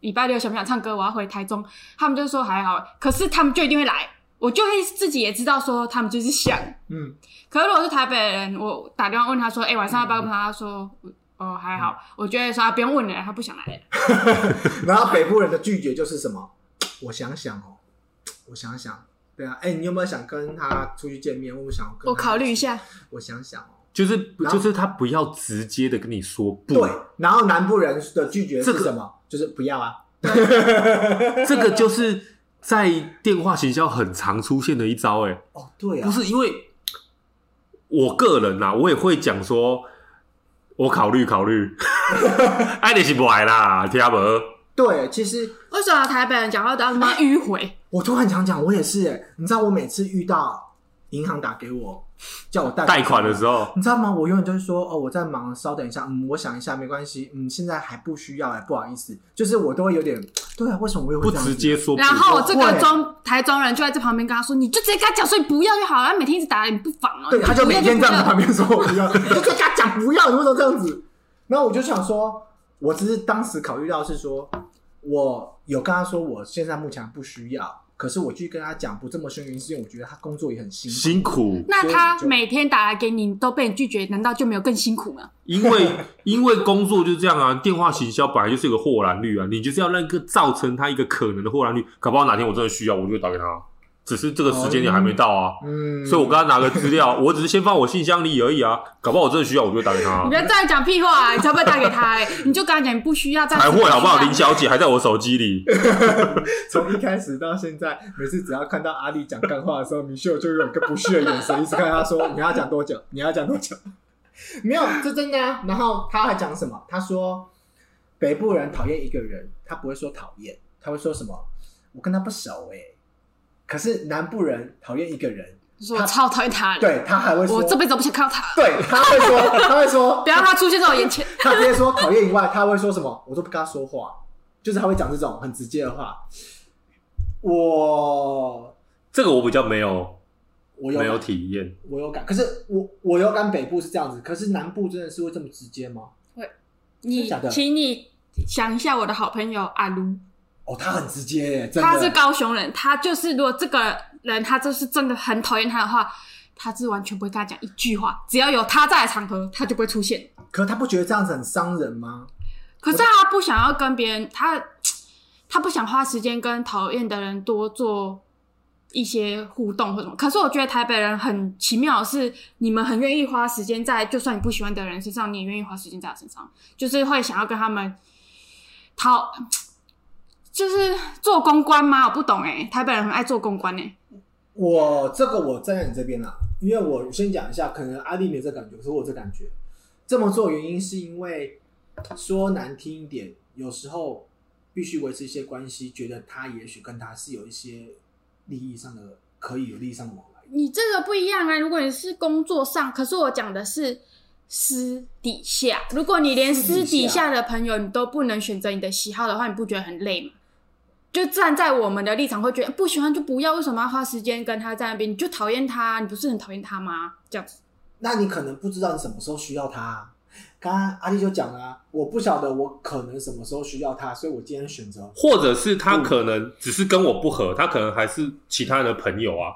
[SPEAKER 3] 礼拜六想不想唱歌？我要回台中，他们就说还好，可是他们就一定会来，我就会自己也知道说他们就是想。
[SPEAKER 2] 嗯，
[SPEAKER 3] 可是如果是台北人，我打电话问他说，哎、晚上要不要跟他说？哦，还好，我觉得说他不用问了，他不想来了。
[SPEAKER 2] 然后北部人的拒绝就是什么？我想想哦，我想想，对啊，哎、你有没有想跟他出去见面？我想跟
[SPEAKER 3] 我
[SPEAKER 2] 他
[SPEAKER 3] 考虑一，下，
[SPEAKER 2] 我想想哦。
[SPEAKER 1] 就是
[SPEAKER 2] 然后
[SPEAKER 1] 就是他不要直接的跟你说不，
[SPEAKER 2] 对，然后南部人的拒绝
[SPEAKER 1] 这
[SPEAKER 2] 是
[SPEAKER 1] 个
[SPEAKER 2] 什么？就是不要啊。
[SPEAKER 1] 这个就是在电话行销很常出现的一招、欸。
[SPEAKER 2] 哦，对啊，
[SPEAKER 1] 不是因为我个人呐、我也会讲说，我考虑考 虑，哎，你是不来啦，听无？
[SPEAKER 2] 对，其实
[SPEAKER 3] 为什么台北人讲话都要那么迂 回？
[SPEAKER 2] 我突然想讲，我也是哎，你知道我每次遇到银行打给我叫我贷
[SPEAKER 1] 贷款的时
[SPEAKER 2] 候，
[SPEAKER 1] 候，
[SPEAKER 2] 你知道吗？我永远就是说哦，我在忙，稍等一下，嗯，我想一下，没关系，嗯，现在还不需要哎，不好意思，就是我都会有点，对啊，为什么我也会
[SPEAKER 1] 不
[SPEAKER 2] 这样
[SPEAKER 1] 直
[SPEAKER 2] 子
[SPEAKER 1] 接说不，
[SPEAKER 3] 然后这个
[SPEAKER 2] 会
[SPEAKER 3] 中台中人就在这旁边跟他说：“你就直接跟他讲，所以不要就好了。他每天一直打来，你不防哦。”
[SPEAKER 2] 对，他就
[SPEAKER 3] 不要
[SPEAKER 2] 每天
[SPEAKER 3] 不
[SPEAKER 2] 在我
[SPEAKER 3] 要
[SPEAKER 2] 旁边说我不要， 我就跟他讲不要，你为什么这样子？然后我就想说，我只是当时考虑到是说，我有跟他说我现在目前不需要，可是我去跟他讲不这么凶，原因是因为我觉得他工作也很辛苦。
[SPEAKER 1] 辛苦，
[SPEAKER 3] 那他每天打来给你都被你拒绝，难道就没有更辛苦吗？
[SPEAKER 1] 因为因为工作就是这样啊，电话行销本来就是一个豁然率啊，你就是要让一个造成他一个可能的豁然率，搞不好哪天我真的需要，我就会打给他，只是这个时间点还没到啊。
[SPEAKER 2] 嗯，
[SPEAKER 1] 所以我刚刚拿个资料，我只是先放我信箱里而已啊，搞不好我真的需要，我就会打给他、啊
[SPEAKER 3] 你不。要再讲屁话、啊，你才不要打给他、欸，你就跟他讲你不需要再
[SPEAKER 1] 才会好不好？林小姐还在我手机里，
[SPEAKER 2] 从一开始到现在，每次只要看到阿丽讲干话的时候，米秀就用一个不屑的眼神，一直看他说：“你要讲多久？你要讲多久？” 没有，这真的啊。然后他还讲什么？他说北部人讨厌一个人，他不会说讨厌，他会说什么？我跟他不熟哎、可是南部人讨厌一个人，
[SPEAKER 3] 说我超讨厌他的，
[SPEAKER 2] 对他还会说
[SPEAKER 3] 我，这辈子都不想看到他，
[SPEAKER 2] 对他会说，他会说
[SPEAKER 3] 不，要让他出现在我眼前。
[SPEAKER 2] 他直接说讨厌以外，他会说什么？我都不跟他说话，就是他会讲这种很直接的话。我
[SPEAKER 1] 这个我比较没有
[SPEAKER 2] 我有
[SPEAKER 1] 没有体验，
[SPEAKER 2] 我有感，可是我我有感北部是这样子，可是南部真的是会这么直接吗？真的
[SPEAKER 3] 你
[SPEAKER 2] 假的，
[SPEAKER 3] 请你想一下我的好朋友阿卢，
[SPEAKER 2] 哦，他很直接耶，真的。
[SPEAKER 3] 他是高雄人，他就是如果这个人他就是真的很讨厌他的话，他是完全不会跟他讲一句话，只要有他在的场合，他就不会出现。
[SPEAKER 2] 可他不觉得这样子很伤人吗？
[SPEAKER 3] 可是他不想要跟别人，他他不想花时间跟讨厌的人多做一些互动或什么。可是我觉得台北人很奇妙的是，你们很愿意花时间在，就算你不喜欢的人身上，你也愿意花时间在他身上，就是会想要跟他们讨。就是做公关吗？我不懂哎、台北人很爱做公关哎、
[SPEAKER 2] 我这个我站在你这边啦，因为我先讲一下，可能阿丽没有这感觉，可是我有这感觉。这么做原因是因为说难听一点，有时候必须维持一些关系，觉得他也许跟他是有一些利益上的可以有利益上的往来。
[SPEAKER 3] 你这个不一样啊！如果你是工作上，可是我讲的是私底下。如果你连私底下的朋友你都不能选择你的喜好的话，你不觉得很累吗？就站在我们的立场，会觉得不喜欢就不要，为什么要花时间跟他在那边？你就讨厌他，你不是很讨厌他吗？这样子，
[SPEAKER 2] 那你可能不知道你什么时候需要他啊。刚刚阿丽就讲了啊、我不晓得我可能什么时候需要他，所以我今天选择
[SPEAKER 1] 或者是他可能只是跟我不合，他可能还是其他人的朋友啊。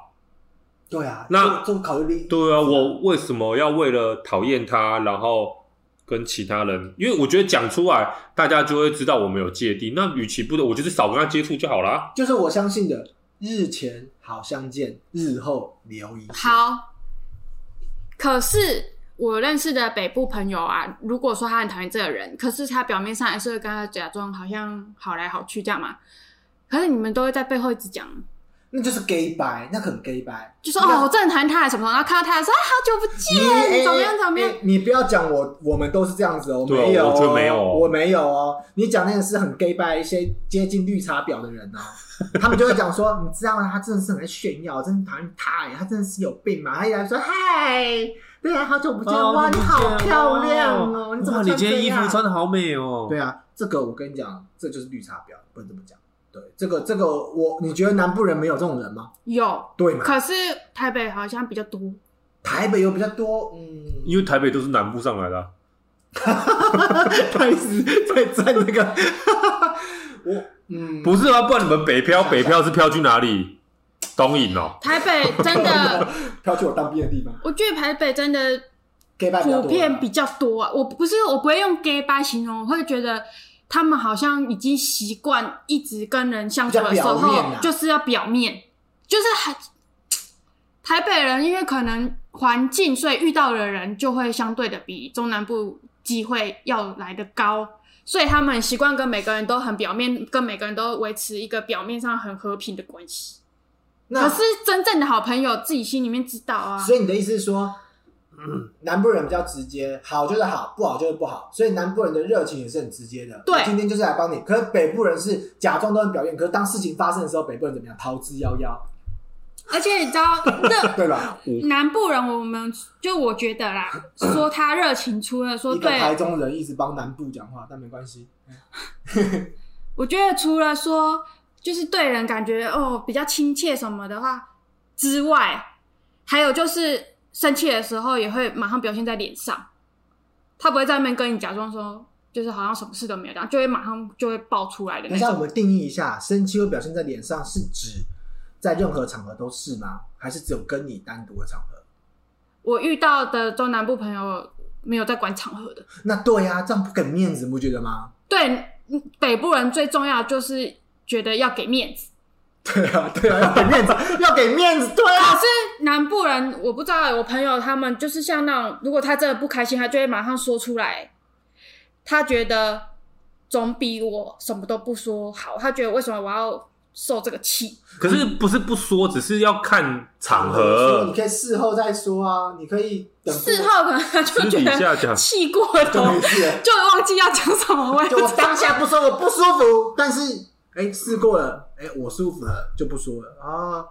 [SPEAKER 2] 对啊，
[SPEAKER 1] 那
[SPEAKER 2] 这这个考虑利益
[SPEAKER 1] 对啊，我为什么要为了讨厌他，然后跟其他人？因为我觉得讲出来，大家就会知道我们有芥蒂。那与其不得，我就是少跟他接触就好啦。
[SPEAKER 2] 就是我相信的，日前好相见，日后留一线。
[SPEAKER 3] 好。可是我认识的北部朋友啊，如果说他很讨厌这个人，可是他表面上还是会跟他假装好像好来好去这样嘛。可是你们都会在背后一直讲，
[SPEAKER 2] 那就是 gay 白，那很 gay 白，
[SPEAKER 3] 就说
[SPEAKER 2] 那
[SPEAKER 3] 哦，我正谈他什么什么，然后看到他说啊，好久不见，怎么样怎么样
[SPEAKER 2] 你？你不要讲我，我们都是这样子哦，
[SPEAKER 1] 对啊
[SPEAKER 2] 没有、哦，
[SPEAKER 1] 我觉得没有哦
[SPEAKER 2] 我没有哦。你讲那个是很 gay 白，一些接近绿茶婊的人哦，他们就会讲说， 你知道吗？他真的是很爱炫耀，真的讨厌他耶，他真的是有病嘛？他一来说，嗨，对啊，好久不见，
[SPEAKER 1] 哦
[SPEAKER 3] 哦
[SPEAKER 2] 哇，你好漂亮哦，你怎么穿这样
[SPEAKER 1] 的好美哦
[SPEAKER 2] 对啊，这个我跟你讲，这就是绿茶婊，不能这么讲。对，这个这个我，你觉得南部人没有这种人吗？
[SPEAKER 3] 有，
[SPEAKER 2] 对嘛？
[SPEAKER 3] 可是台北好像比较多。
[SPEAKER 2] 台北有比较多，嗯，
[SPEAKER 1] 因为台北都是南部上来的啊、
[SPEAKER 2] 他一直在站那个， 我嗯，
[SPEAKER 1] 不是啊？不然你们北漂，北漂是漂去哪里？东引哦，
[SPEAKER 3] 台北真的，
[SPEAKER 2] 飘去我当兵的地方
[SPEAKER 3] 我觉得台北真的
[SPEAKER 2] ，gay 拜
[SPEAKER 3] 普遍比较多啊。我不是我不会用 gay 吧形容，我会觉得他们好像已经习惯一直跟人相处的时
[SPEAKER 2] 比较表
[SPEAKER 3] 候
[SPEAKER 2] 面啊
[SPEAKER 3] 就是要表面，就是很台北人因为可能环境，所以遇到的人就会相对的比中南部机会要来的高。所以他们习惯跟每个人都很表面，跟每个人都维持一个表面上很和平的关系。
[SPEAKER 2] 那
[SPEAKER 3] 可是真正的好朋友自己心里面知道啊。
[SPEAKER 2] 所以你的意思是说，嗯，南部人比较直接，好就是好，不好就是不好，所以南部人的热情也是很直接的。
[SPEAKER 3] 对
[SPEAKER 2] 我今天就是来帮你。可是北部人是假装都很表面，可是当事情发生的时候，北部人怎么样？逃之夭夭，
[SPEAKER 3] 而且你知道，那
[SPEAKER 2] 对吧？
[SPEAKER 3] 南部人，我们就我觉得 啦，说他热情，除了说
[SPEAKER 2] 一个台
[SPEAKER 3] 对，
[SPEAKER 2] 中人一直帮南部讲话，但没关系。
[SPEAKER 3] 我觉得除了说就是对人感觉哦比较亲切什么的话之外，还有就是生气的时候也会马上表现在脸上，他不会在那边跟你假装说就是好像什么事都没有这样，就会马上就会爆出来
[SPEAKER 2] 等
[SPEAKER 3] 的那
[SPEAKER 2] 一下，
[SPEAKER 3] 种。
[SPEAKER 2] 我们定义一下，生气会表现在脸上，是指在任何场合都是吗？还是只有跟你单独的场合？
[SPEAKER 3] 我遇到的中南部朋友没有在管场合的。
[SPEAKER 2] 那对呀、这样不给面子，你不觉得吗？
[SPEAKER 3] 对嗯北部人最重要的就是觉得要给面子，
[SPEAKER 2] 对啊，对啊，要给面子，要给面子，对
[SPEAKER 3] 可
[SPEAKER 2] 啊。
[SPEAKER 3] 是南部人我不知道，我朋友他们就是像那种，如果他真的不开心，他就会马上说出来，他觉得总比我什么都不说好，他觉得为什么我要受这个气？
[SPEAKER 1] 可是不是不说，只是要看场
[SPEAKER 2] 你
[SPEAKER 1] 合，
[SPEAKER 2] 可以事后再说啊，你可以等
[SPEAKER 3] 事后可能他就
[SPEAKER 1] 私
[SPEAKER 3] 觉
[SPEAKER 1] 底
[SPEAKER 3] 得
[SPEAKER 1] 下讲。
[SPEAKER 3] 气过
[SPEAKER 2] 就
[SPEAKER 3] 头，
[SPEAKER 2] 没事，
[SPEAKER 3] 就忘记要讲什么，我也
[SPEAKER 2] 就
[SPEAKER 3] 不
[SPEAKER 2] 我
[SPEAKER 3] 知道
[SPEAKER 2] 当下不说我不舒服，但是哎试过了，哎我舒服了就不说了啊，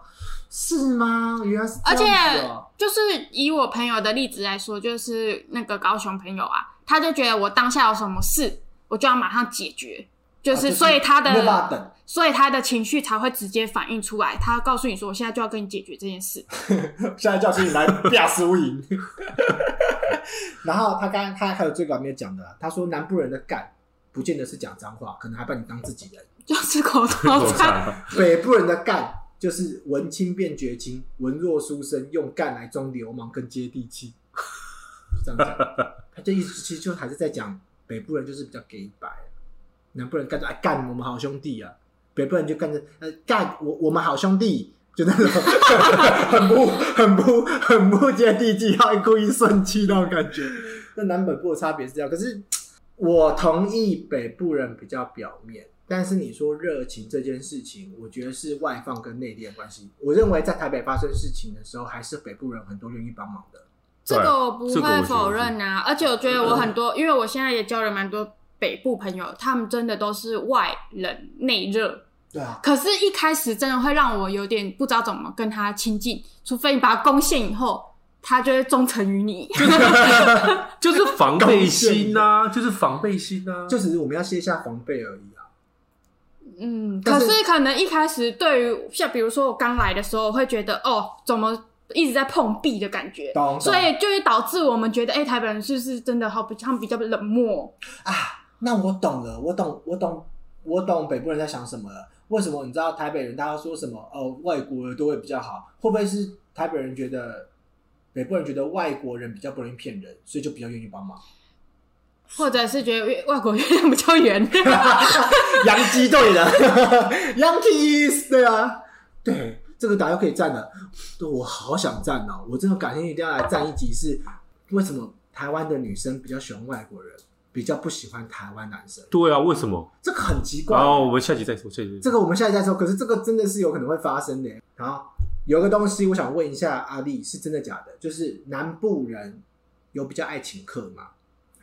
[SPEAKER 2] 是吗？原来是这
[SPEAKER 3] 而且
[SPEAKER 2] 样子哦。
[SPEAKER 3] 就是以我朋友的例子来说，就是那个高雄朋友啊，他就觉得我当下有什么事，我就要马上解决，就
[SPEAKER 2] 啊
[SPEAKER 3] 是所以他
[SPEAKER 2] 没有办法
[SPEAKER 3] 的，
[SPEAKER 2] 等，
[SPEAKER 3] 所以他的情绪才会直接反映出来。他告诉你说，我现在就要跟你解决这件事。
[SPEAKER 2] 现在叫醒你来啪输赢。 然后他刚刚他还有最搞没有讲的啊，他说南部人的干不见得是讲脏话，可能还把你当自己人。
[SPEAKER 3] 就是口头禅，
[SPEAKER 2] 北部人的干就是文青变绝情，文弱书生用干来装流氓跟接地气， 就这样讲。他就一直其实就还是在讲北部人就是比较给白，南部人干就哎干我们好兄弟啊，北部人就干着呃干我我们好兄弟。就那种 很不、很不、很不接地气，然后故意顺气那种感觉。那南北部的差别是这样，可是我同意北部人比较表面，但是你说热情这件事情，我觉得是外放跟内敛的关系。我认为在台北发生事情的时候，还是北部人很多愿意帮忙的。
[SPEAKER 3] 这个我不
[SPEAKER 1] 这个我觉
[SPEAKER 3] 会
[SPEAKER 1] 得
[SPEAKER 3] 否认啊，而且我觉得我很多，因为我现在也交了蛮多北部朋友，他们真的都是外冷内热，
[SPEAKER 2] 对啊，
[SPEAKER 3] 可是，一开始真的会让我有点不知道怎么跟他亲近，除非你把他攻陷以后，他就会忠诚于你。 嗯
[SPEAKER 1] 就是防备心呐、就是防备心啊呐、
[SPEAKER 2] 就只是我们要卸下防备而已啊。
[SPEAKER 3] 嗯，
[SPEAKER 2] 但
[SPEAKER 3] 可
[SPEAKER 2] 是
[SPEAKER 3] 是可能一开始对于像比如说我刚来的时候，我会觉得哦，怎么一直在碰壁的感觉，
[SPEAKER 1] 啊
[SPEAKER 2] 懂懂
[SPEAKER 3] 所以就会导致我们觉得，哎、台北人是不是真的好比他们比较冷漠？
[SPEAKER 2] 啊，那我懂了，我懂，我懂，我懂北部人在想什么了。为什么你知道台北人大家说什么？哦，外国人都会比较好，会不会是台北人觉得北部人觉得外国人比较不容易骗人，所以就比较愿意帮忙？
[SPEAKER 3] 或者是觉得越外国月亮比 较圆？
[SPEAKER 2] 洋基队的 Yankees，对啊，对，这个打又可以站了，对我好想站哦！我真的改天一定要来站一集是，为什么台湾的女生比较喜欢外国人，比较不喜欢台湾男生？
[SPEAKER 1] 对啊，为什么？
[SPEAKER 2] 这个很奇怪。
[SPEAKER 1] 然后我们下集再说，下集再
[SPEAKER 2] 这
[SPEAKER 1] 说。
[SPEAKER 2] 个我们下一再说，可是这个真的是有可能会发生的。好，有个东西我想问一下阿丽，是真的假的？就是南部人有比较爱请客吗？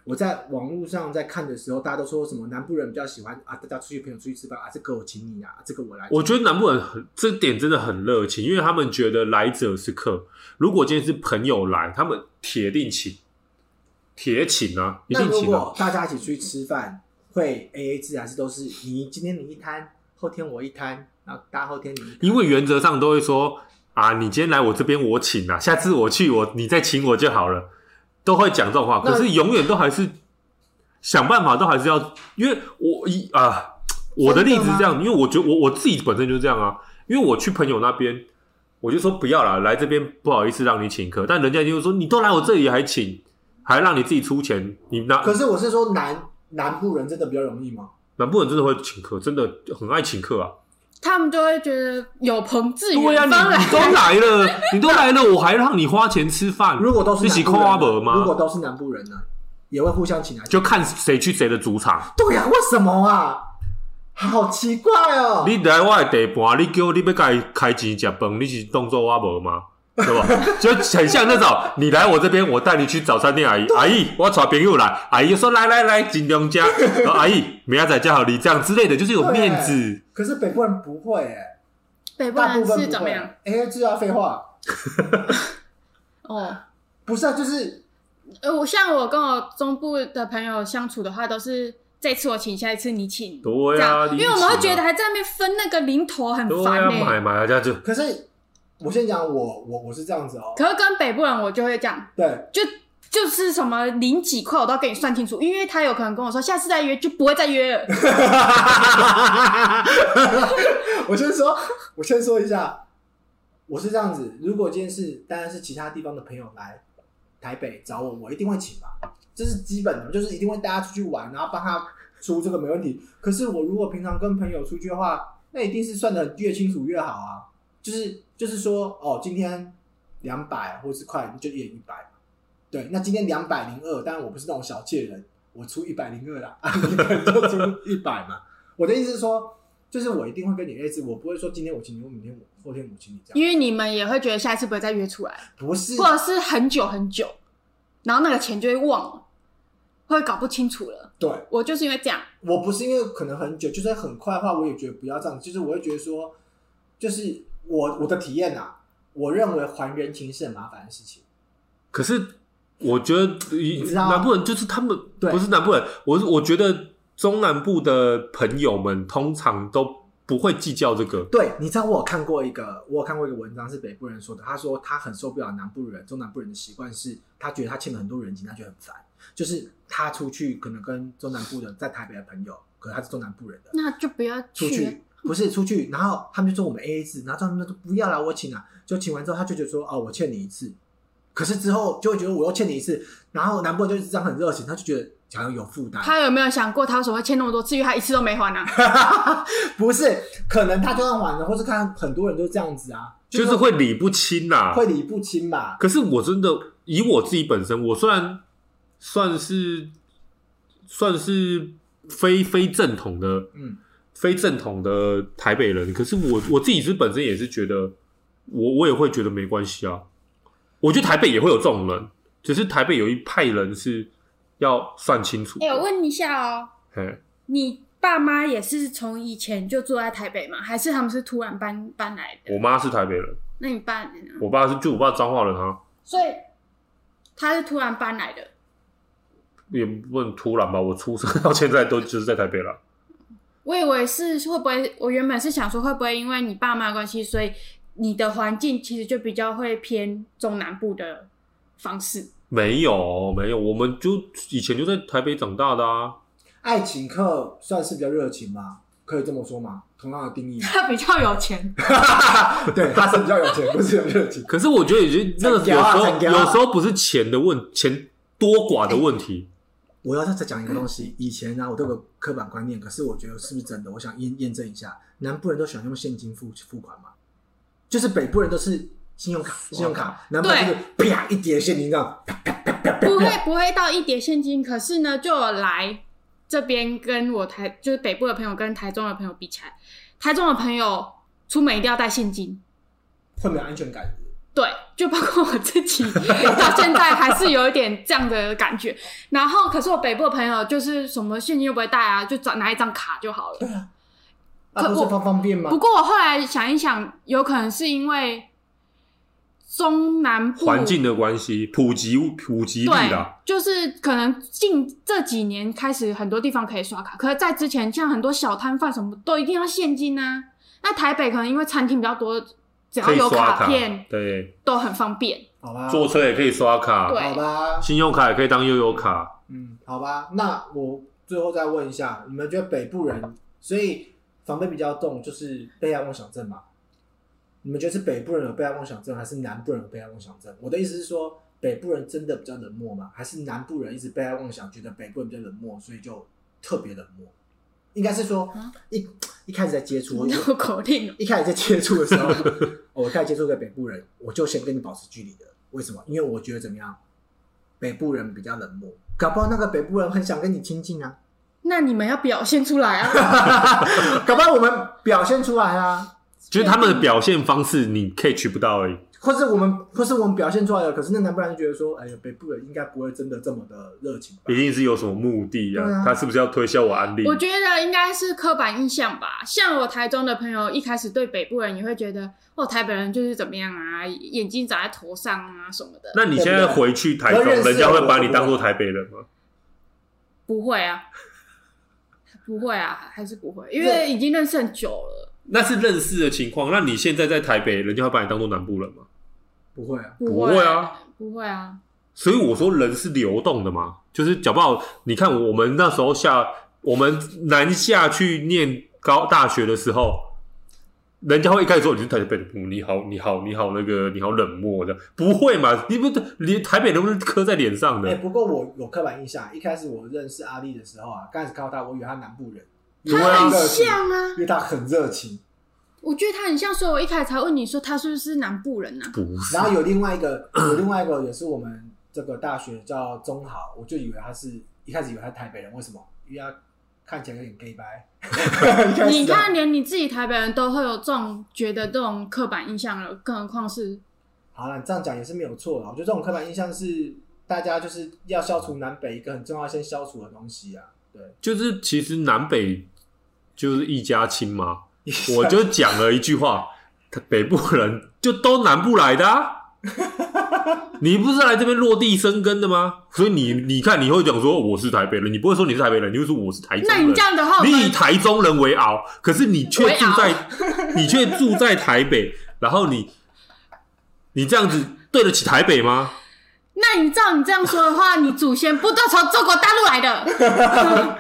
[SPEAKER 2] 我在网络上在看的时候，大家都说什么南部人比较喜欢啊，大家出去朋友出去吃饭啊，这个我请你啊，这个我来请。
[SPEAKER 1] 我觉得南部人很这点真的很热情，因为他们觉得来者是客。如果今天是朋友来，他们铁定请，铁请啊，一
[SPEAKER 2] 那
[SPEAKER 1] 定
[SPEAKER 2] 如
[SPEAKER 1] 请啊。
[SPEAKER 2] 果大家一起出去吃饭，会 A A 制还是都是你今天你一摊，后天我一摊，然后大后天你一摊
[SPEAKER 1] 因为原则上都会说啊，你今天来我这边我请啊，下次我去我你再请我就好了，都会讲这种话。
[SPEAKER 2] 那
[SPEAKER 1] 可是永远都还是想办法，都还是要，因为我一啊，我的例子是这样，因为我觉得我我自己本身就是这样啊，因为我去朋友那边，我就说不要啦，来这边不好意思让你请客，但人家就会说你都来我这里还请，还让你自己出钱，你拿
[SPEAKER 2] 可是我是说南南部人真的比较容易吗？
[SPEAKER 1] 南部人真的会请客，真的很爱请客啊。
[SPEAKER 3] 他们就会觉得有朋自
[SPEAKER 1] 对呀、
[SPEAKER 3] 远方
[SPEAKER 1] 你
[SPEAKER 3] 来。
[SPEAKER 1] 你都来 了，你都来了，我还让你花钱吃饭，
[SPEAKER 2] 如果都是
[SPEAKER 1] 一起
[SPEAKER 2] 南部
[SPEAKER 1] 扣
[SPEAKER 2] 人
[SPEAKER 1] 阿
[SPEAKER 2] 呢
[SPEAKER 1] 伯
[SPEAKER 2] 如果
[SPEAKER 1] 吗？
[SPEAKER 2] 都是南部人呢，也会互相请来。
[SPEAKER 1] 就看谁去谁的主场。
[SPEAKER 2] 对呀、为什么啊？好奇怪哦！
[SPEAKER 1] 你来我的地盘，你叫我你要跟他开钱吃饭，你是当做阿伯吗？对吧？就很像那种，你来我这边，我带你去早餐店阿姨，阿姨，我找朋友来，阿姨就说来来来，尽量加，然后阿姨明仔载加好你这样之类的，就是有面子。
[SPEAKER 2] 可是北部人不会哎、
[SPEAKER 3] 北部
[SPEAKER 2] 大部
[SPEAKER 3] 人
[SPEAKER 2] 分
[SPEAKER 3] 是
[SPEAKER 2] 不
[SPEAKER 3] 怎么样？
[SPEAKER 2] 会。哎，这要废话，
[SPEAKER 3] 哦，
[SPEAKER 2] 不是啊，就是
[SPEAKER 3] 呃，我像我跟我中部的朋友相处的话，都是这次我请，下一次你请，
[SPEAKER 1] 对
[SPEAKER 3] 这
[SPEAKER 1] 啊，
[SPEAKER 3] 样，因为我们会觉得还在那边分那个零头很
[SPEAKER 1] 对
[SPEAKER 3] 烦欸
[SPEAKER 1] 啊，
[SPEAKER 3] 呢、
[SPEAKER 1] 买买啊，这样就
[SPEAKER 2] 可是我先讲我我我是这样子哦，
[SPEAKER 3] 可是跟北部人我就会这样，
[SPEAKER 2] 对，
[SPEAKER 3] 就就是什么零几块我都要给你算清楚，因为他有可能跟我说下次再约就不会再约了。
[SPEAKER 2] 我先说，我先说一下，我是这样子，如果今天是当然是其他地方的朋友来台北找我，我一定会请嘛，这是基本的，就是一定会带他出去玩，然后帮他出这个没问题。可是我如果平常跟朋友出去的话，那一定是算的越清楚越好啊，就是就是说哦，今天两百或是快就一人一百嘛，对，那今天两百零二，当然我不是那种小气的人，我出一百零二啦，啊，你们就出一百嘛。我的意思是说，就是我一定会跟你类似，我不会说今天我请你，我明天我后天我请你这样，
[SPEAKER 3] 因为你们也会觉得下一次不会再约出来，
[SPEAKER 2] 不是
[SPEAKER 3] 或者是很久很久，然后那个钱就会忘了，会搞不清楚了。
[SPEAKER 2] 对，
[SPEAKER 3] 我就是因为这样，
[SPEAKER 2] 我不是因为可能很久，就算很快的话，我也觉得不要这样。就是我会觉得说，就是我我的体验啊，我认为还人情是很麻烦的事情。
[SPEAKER 1] 可是我觉得你
[SPEAKER 2] 知道
[SPEAKER 1] 南部人就是他们
[SPEAKER 2] 对
[SPEAKER 1] 不是南部人，我是我觉得中南部的朋友们通常都不会计较这个。
[SPEAKER 2] 对，你知道我有看过一个，我有看过一个文章是北部人说的，他说他很受不了南部人、中南部人的习惯是，他觉得他欠了很多人情，他觉得很烦。就是他出去可能跟中南部的在台北的朋友，可能他是中南部人的，
[SPEAKER 3] 那就不要
[SPEAKER 2] 出
[SPEAKER 3] 去。
[SPEAKER 2] 去，不是出去，然后他们就说我们 A A 制，然后他们就说不要啦，我请啊，就请完之后他就觉得说哦，我欠你一次，可是之后就会觉得我又欠你一次，然后南部人就是这样很热情，他就觉得好像有负担，
[SPEAKER 3] 他有没有想过他为什么会欠那么多次，因为他一次都没还啊？
[SPEAKER 2] 不是，可能他就算还了，或是看很多人都这样子啊，
[SPEAKER 1] 就是会理不清呐、
[SPEAKER 2] 会理不清嘛，
[SPEAKER 1] 可是我真的以我自己本身，我虽然算是算是非非正统的
[SPEAKER 2] 嗯，
[SPEAKER 1] 非正统的台北人，可是我我自己是本身也是觉得，我我也会觉得没关系啊。我觉得台北也会有这种人，只是台北有一派人是要算清楚的。
[SPEAKER 3] 哎、我问一下哦，
[SPEAKER 1] 嘿，
[SPEAKER 3] 你爸妈也是从以前就住在台北吗？还是他们是突然搬搬来的？
[SPEAKER 1] 我妈是台北人，
[SPEAKER 3] 那你爸呢？
[SPEAKER 1] 我爸是就我爸彰化人啊，
[SPEAKER 3] 所以他是突然搬来的。
[SPEAKER 1] 也不能突然吧。我出生到现在都就是在台北了。
[SPEAKER 3] 我以为是会不会，我原本是想说会不会因为你爸妈的关系，所以你的环境其实就比较会偏中南部的方式。，
[SPEAKER 1] 没有没有，我们就以前就在台北长大的啊。
[SPEAKER 2] 爱情课算是比较热情吧，可以这么说吗？同样的定义
[SPEAKER 3] 他比较有钱，
[SPEAKER 2] 对，他是比较有钱，不是有热情。
[SPEAKER 1] 可是我觉得已 经那个有时
[SPEAKER 2] 惨
[SPEAKER 1] 候
[SPEAKER 2] 掉啊惨掉啊
[SPEAKER 1] 有时候不是钱的问钱多寡的问题，
[SPEAKER 2] 我要再讲一个东西，以前呢、啊，我都有个刻板观念，可是我觉得是不是真的？我想验验证一下，南部人都喜欢用现金付付款吗？就是北部人都是信用卡，信用卡，南部人就是啪一叠现金这样，
[SPEAKER 3] 不会不会到一叠现金，可是呢，就有来这边跟我台就是北部的朋友跟台中的朋友比起来，台中的朋友出门一定要带现金，
[SPEAKER 2] 会没有安全感。
[SPEAKER 3] 对，就包括我自己，到现在还是有一点这样的感觉。然后，可是我北部的朋友就是什么现金又不会带啊，就找拿一张卡就好了。
[SPEAKER 2] 啊，
[SPEAKER 3] 可
[SPEAKER 2] 不是方方便吗
[SPEAKER 3] 不？过我后来想一想，有可能是因为中南部
[SPEAKER 1] 环境的关系，普及普及率
[SPEAKER 3] 对
[SPEAKER 1] 啦，，
[SPEAKER 3] 就是可能近这几年开始，很多地方可以刷卡，可是在之前，像很多小摊贩什么都一定要现金啊。那台北可能因为餐厅比较多，只要
[SPEAKER 1] 可以
[SPEAKER 3] 有
[SPEAKER 1] 刷卡，
[SPEAKER 3] 片
[SPEAKER 1] 对，
[SPEAKER 3] 都很方便。
[SPEAKER 2] 好吧，
[SPEAKER 1] 坐车也可以刷卡，
[SPEAKER 3] 对
[SPEAKER 2] 好吧，
[SPEAKER 1] 信用卡也可以当悠游卡。
[SPEAKER 2] 嗯，好吧，那我最后再问一下，你们觉得北部人所以防备比较重，就是被害妄想症嘛？你们觉得是北部人有被害妄想症，还是南部人有被害妄想症？我的意思是说，北部人真的比较冷漠吗？还是南部人一直被害妄想，觉得北部人比较冷漠，所以就特别冷漠？应该是说
[SPEAKER 3] 啊
[SPEAKER 2] 一一开始在接触，我
[SPEAKER 3] 绕口令哦
[SPEAKER 2] 一开始在接触的 时候，哦我开始接触个北部人，我就先跟你保持距离的。为什么？因为我觉得怎么样，北部人比较冷漠，搞不好那个北部人很想跟你亲近 啊，
[SPEAKER 3] 那你们要表现出来 啊！
[SPEAKER 2] 搞不好我们表现出来啊，
[SPEAKER 1] 就是他们的表现方式，你 catch 不到而已。
[SPEAKER 2] 或是我们或是我们表现出来了，可是那南部人就觉得说，哎呀，北部人应该不会真的这么的热情吧
[SPEAKER 1] 一？定是有什么目的
[SPEAKER 2] 对
[SPEAKER 1] 啊？
[SPEAKER 2] 啊
[SPEAKER 1] 他是不是要推销我安利？
[SPEAKER 3] 我觉得应该是刻板印象吧。像我台中的朋友，一开始对北部人也会觉得，哦，台北人就是怎么样啊，眼睛长在头上啊什么的。
[SPEAKER 1] 那你现在回去台中，
[SPEAKER 3] 啊
[SPEAKER 2] 我认识
[SPEAKER 1] 人家会把
[SPEAKER 2] 我
[SPEAKER 1] 你当做台北人吗？
[SPEAKER 3] 不会啊， 不会啊，还是不会，因为
[SPEAKER 2] 对
[SPEAKER 3] 已经认识很久了。
[SPEAKER 1] 那是认识的情况。那你现在在台北，人家会把你当做南部人吗？
[SPEAKER 2] 不会啊，
[SPEAKER 3] 不
[SPEAKER 1] 不会
[SPEAKER 3] 会
[SPEAKER 1] 啊，
[SPEAKER 3] 不会啊。
[SPEAKER 1] 所以我说人是流动的嘛，就是搞不好你看我们那时候下我们南下去念高大学的时候，人家会一开始说你是台北的，你好你好你好那个你好冷漠的，不会嘛？你不连台北人都是刻在脸上
[SPEAKER 2] 哎、
[SPEAKER 1] 的，
[SPEAKER 2] 不过我有刻板印象，一开始我认识阿丽的时候啊，刚开始看到他，我以为他南部人，
[SPEAKER 1] 对
[SPEAKER 3] 他
[SPEAKER 1] 啊
[SPEAKER 3] 很
[SPEAKER 2] 因为热情
[SPEAKER 3] 像啊
[SPEAKER 2] 因，为他很热情。啊
[SPEAKER 3] 我觉得他很像，所以我一开始才问你说他是不是南部人啊？
[SPEAKER 1] 不是
[SPEAKER 2] 然后有另外一个，有另外一个也是我们这个大学叫中豪，我就以为他是一开始以为他是台北人，为什么？因为他看起来有点 gay 白。 一开始啊
[SPEAKER 3] 你看，，连你自己台北人都会有这种觉得这种刻板印象了，更何况是
[SPEAKER 2] 好了，你这样讲也是没有错的。我觉得这种刻板印象是大家就是要消除南北一个很重要先消除的东西啊。对，
[SPEAKER 1] 就是其实南北就是一家亲嘛， 我就讲了一句话，他北部人就都南部来的、 啊。你不是来这边落地生根的吗？所以你你看，你会讲说我是台北人，你不会说你是台北人，你会说我是台中
[SPEAKER 3] 那
[SPEAKER 1] 人
[SPEAKER 3] 你这。样的话，我
[SPEAKER 1] 你以
[SPEAKER 3] 们
[SPEAKER 1] 台中人为傲，可是你却
[SPEAKER 3] 为
[SPEAKER 1] 住
[SPEAKER 3] 傲
[SPEAKER 1] 在 你却住在台北，然后你你这样子对得起台北吗？
[SPEAKER 3] 那你照你这样说的话，你祖先不都从中国大陆来的？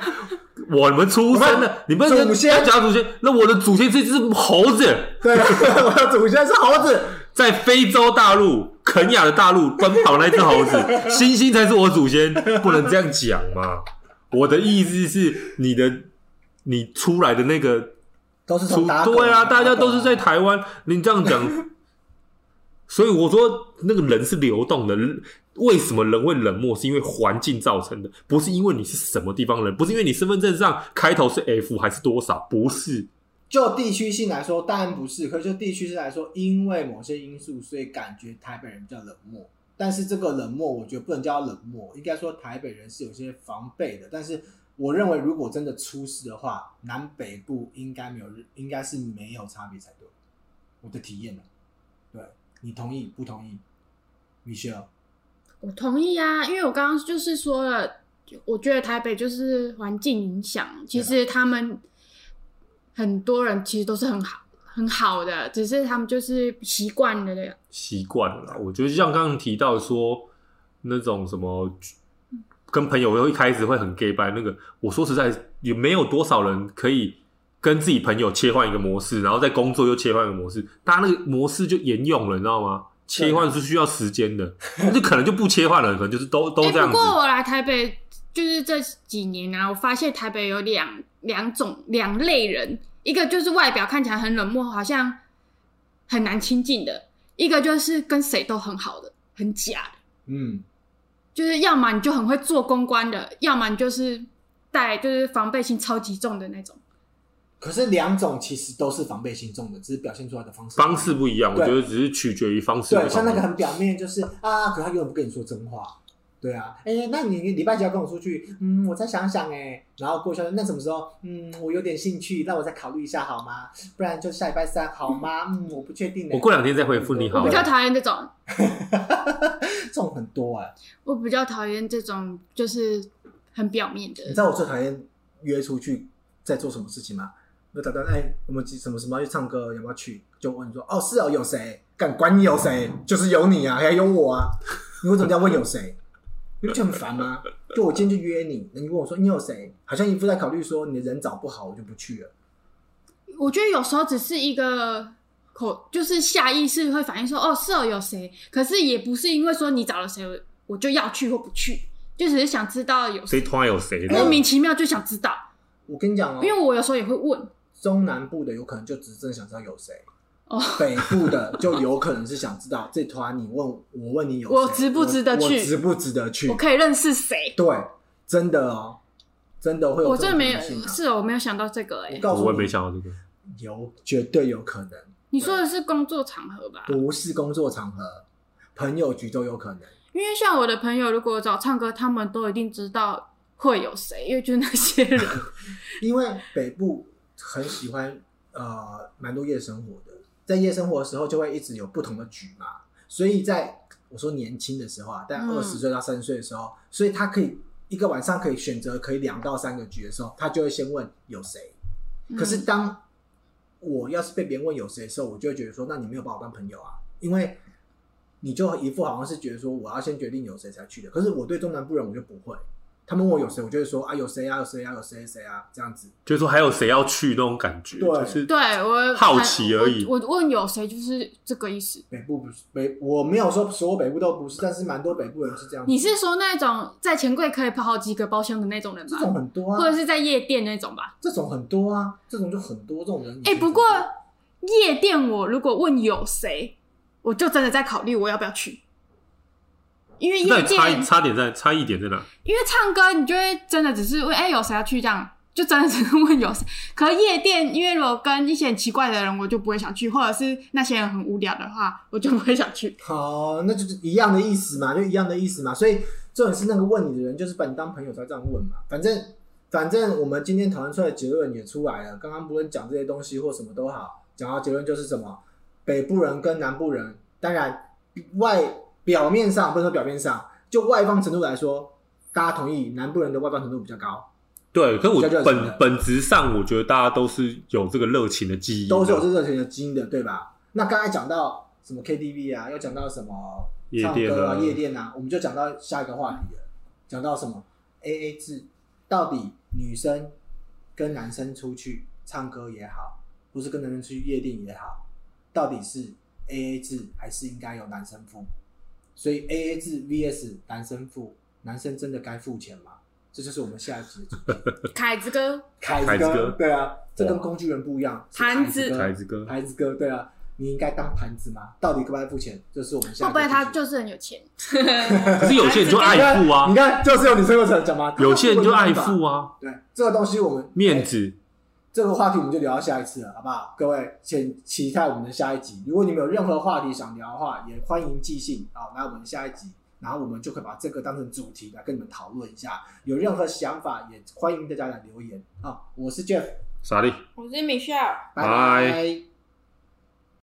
[SPEAKER 1] 我们出生的，你不能
[SPEAKER 2] 祖先
[SPEAKER 1] 讲祖先，那我的祖先是一只猴子。
[SPEAKER 2] 对，啊我的祖先是猴子。
[SPEAKER 1] 在非洲大陆、肯亚的大陆奔跑那只猴 子，猩猩才是我祖先，不能这样讲嘛。我的意思是，你的你出来的那个
[SPEAKER 2] 都是
[SPEAKER 1] 出
[SPEAKER 2] 从打狗
[SPEAKER 1] 对啊，大家
[SPEAKER 2] 打狗
[SPEAKER 1] 都是在台湾，你这样讲，所以我说那个人是流动的，人为什么人会冷漠？是因为环境造成的，不是因为你是什么地方人，不是因为你身份证上开头是 F 还是多少，不是。
[SPEAKER 2] 就地区性来说，当然不是。可是就地区性来说，因为某些因素，所以感觉台北人比较冷漠。但是这个冷漠，我觉得不能叫冷漠，应该说台北人是有些防备的。但是我认为，如果真的出事的话，南北部应该没有，应该是没有差别才对。我的体验呢？啊对你同意不同意？Michelle，
[SPEAKER 3] 我同意啊，因为我刚刚就是说了，我觉得台北就是环境影响，
[SPEAKER 1] 啊
[SPEAKER 3] 其实他们很多人其实都是很好很好的，只是他们就是习惯了的。
[SPEAKER 1] 习惯了啦。我觉得就像刚刚提到说那种什么，跟朋友一开始会很 gay 掰那个，我说实在也没有多少人可以跟自己朋友切换一个模式，然后在工作又切换一个模式，大家那个模式就沿用了，你知道吗？切换是需要时间的，那就可能就不切换了，可能就是都 都
[SPEAKER 3] 哎、
[SPEAKER 1] 这样
[SPEAKER 3] 不
[SPEAKER 1] 子。
[SPEAKER 3] 过我来台北就是这几年啊，我发现台北有两两种两类人，一个就是外表看起来很冷漠，好像很难亲近的；一个就是跟谁都很好的，很假的，
[SPEAKER 2] 嗯，
[SPEAKER 3] 就是要么你就很会做公关的，要么你就是带就是防备心超级重的那种。
[SPEAKER 2] 可是两种其实都是防备心重的，只是表现出来的方式不一样
[SPEAKER 1] 方式不一样，我
[SPEAKER 2] 对
[SPEAKER 1] 觉得只是取决于方式不
[SPEAKER 2] 对，
[SPEAKER 1] 同。
[SPEAKER 2] 像那个很表面，就是啊，可他永远不跟你说真话。对啊，哎、那你礼拜几要跟我出去？嗯，我再想想哎、然后过去那什么时候？嗯，我有点兴趣，那我再考虑一下好吗？不然就下礼拜三好吗？嗯，我不确定、欸。
[SPEAKER 1] 我过两天再回复你好
[SPEAKER 3] 我
[SPEAKER 1] 了
[SPEAKER 3] 比较讨厌这种，
[SPEAKER 2] 这种很多哎、
[SPEAKER 3] 我比较讨厌这种就是很表面的
[SPEAKER 2] 你知。道我最讨厌约出去在做什么事情吗？我打算哎、我们几什么什么要去唱歌，要不要去？就问说哦，是哦，有谁？敢管你有谁？就是有你啊，还有我啊。你为什么要问有谁？你不觉得很烦吗？就我今天就约你，那你问我说你有谁？好像一副在考虑说你的人找不好，我就不去了。
[SPEAKER 3] 我觉得有时候只是一个口，就是下意识会反应说，哦，是哦，有谁？可是也不是因为说你找了谁，我我就要去或不去，就只是想知道有
[SPEAKER 1] 谁突然有谁
[SPEAKER 3] 莫
[SPEAKER 1] 的，
[SPEAKER 3] 名其妙就想知道，
[SPEAKER 2] 我跟你讲哦
[SPEAKER 3] 因，为我有时候也会问，
[SPEAKER 2] 中南部的有可能就只是真的想知道有谁。
[SPEAKER 3] 哦
[SPEAKER 2] 北部的就有可能是想知道这团你问我问你有谁
[SPEAKER 3] 我值不值得
[SPEAKER 2] 我
[SPEAKER 3] 去
[SPEAKER 2] 我值不值得去？
[SPEAKER 3] 我可以认识谁？
[SPEAKER 2] 对，真的哦，真的会有
[SPEAKER 3] 我
[SPEAKER 2] 这
[SPEAKER 3] 真
[SPEAKER 2] 种
[SPEAKER 3] 的没有，
[SPEAKER 2] 可能性啊
[SPEAKER 3] 是哦，我没有想到这个哎、
[SPEAKER 2] 我告诉
[SPEAKER 1] 我
[SPEAKER 2] 你，
[SPEAKER 1] 也没想到这个。
[SPEAKER 2] 有，绝对有可能，
[SPEAKER 3] 你说的是工作场合吧？
[SPEAKER 2] 不是工作场合，朋友局都有可能。
[SPEAKER 3] 因为像我的朋友，如果找唱歌，他们都一定知道会有谁，因为就是那 些人。
[SPEAKER 2] 因为北部很喜欢呃蛮多夜生活的，在夜生活的时候就会一直有不同的局嘛，所以在我说年轻的时候啊，在
[SPEAKER 3] 嗯
[SPEAKER 2] 二十岁到三十岁的时候，所以他可以一个晚上可以选择可以两到三个局的时候，他就会先问有谁。可是
[SPEAKER 3] 嗯
[SPEAKER 2] 当我要是被别人问有谁的时候，我就会觉得说，那你没有把我当朋友啊，因为你就一副好像是觉得说我要先决定有谁才去的。可是我对中南部人我就不会，他们问我有谁，我就会说啊有谁啊有谁啊有谁谁啊这样子。
[SPEAKER 1] 就是说还有谁要去那种感觉，
[SPEAKER 2] 对
[SPEAKER 1] 就是
[SPEAKER 3] 对我
[SPEAKER 1] 好奇而已
[SPEAKER 3] 我我问有谁，就是这个意思。
[SPEAKER 2] 北部不是北，我没有说所有北部都不是，但是蛮多北部人是这样子。
[SPEAKER 3] 你是说那种在钱柜可以泡好几个包厢的那种人
[SPEAKER 2] 这种
[SPEAKER 3] 吧？
[SPEAKER 2] 很多
[SPEAKER 3] 或者
[SPEAKER 2] 啊，
[SPEAKER 3] 是在夜店那种吧？
[SPEAKER 2] 这种很多啊，这种就很多这种人。
[SPEAKER 3] 哎、不过夜店我如果问有谁，我就真的在考虑我要不要去，因为
[SPEAKER 1] 那
[SPEAKER 3] 夜
[SPEAKER 1] 你
[SPEAKER 3] 店
[SPEAKER 1] 差异差点在差异点在哪？
[SPEAKER 3] 因为唱歌，你就会真的只是问，哎、有谁要去这样，就真的只是问有谁。 可是夜店，因为如果跟一些很奇怪的人，我就不会想去，或者是那些人很无聊的话，我就不会想去。
[SPEAKER 2] 好，那就是一样的意思嘛，就一样的意思嘛。所以重点是那个问你的人，就是把你当朋友才这样问嘛。反正反正我们今天讨论出来的结论也出来了，刚刚不论讲这些东西或什么都好，讲到结论就是什么，北部人跟南部人，当然外表面上不能说表面上，就外放程度来说，大家同意南部人的外放程度比较高。
[SPEAKER 1] 对，可我
[SPEAKER 2] 这就是
[SPEAKER 1] 本本质上，我觉得大家都是有这个热情的记忆，
[SPEAKER 2] 都是有这热情的基因的，对吧？那刚才讲到什么 KTV 啊，又讲到什么
[SPEAKER 1] 夜
[SPEAKER 2] 唱
[SPEAKER 1] 店
[SPEAKER 2] 歌啊、
[SPEAKER 1] 啊，
[SPEAKER 2] 夜店啊，我们就讲到下一个话题了，讲到什么 AA 制，到底女生跟男生出去唱歌也好，或是跟男生出去夜店也好，到底是 AA 制还是应该由男生付？所以 AA 制 VS 男生付，男生真的该付钱吗？这就是我们下一集 的主题。
[SPEAKER 3] 凯子哥，
[SPEAKER 2] 凯
[SPEAKER 1] 凯
[SPEAKER 2] 子
[SPEAKER 1] 子哥
[SPEAKER 2] 哥，对啊，这跟工具人不一样，是
[SPEAKER 3] 盘子
[SPEAKER 2] 凯
[SPEAKER 1] 凯
[SPEAKER 2] 子
[SPEAKER 1] 子
[SPEAKER 2] 哥
[SPEAKER 1] 哥，
[SPEAKER 2] 孩子哥，对啊，你应该当盘子吗？到底该不该付钱？就是我们下一
[SPEAKER 3] 会哦不
[SPEAKER 2] 个
[SPEAKER 3] 会他
[SPEAKER 2] 主题
[SPEAKER 3] 就是很有钱？
[SPEAKER 1] 可是有些人就
[SPEAKER 2] 你
[SPEAKER 1] 爱
[SPEAKER 2] 看
[SPEAKER 1] 富啊
[SPEAKER 2] 哎你，看，就是有你这个讲嘛，
[SPEAKER 1] 有些人就爱
[SPEAKER 2] 他们不
[SPEAKER 1] 富啊，
[SPEAKER 2] 懂。对，这个东西我们哎
[SPEAKER 1] 面子。
[SPEAKER 2] 这个话题我们就聊到下一次啊了，好不好？各位，请期待我们的下一集。如果你们有任何话题想聊的话，也欢迎寄信好，来我们下一集，然后我们就可以把这个当成主题来跟你们讨论一下。有任何想法，也欢迎大家来留言啊！我是 Jeff，
[SPEAKER 1] 傻力。
[SPEAKER 3] 我是 Michelle。
[SPEAKER 2] 拜
[SPEAKER 1] 拜
[SPEAKER 2] 拜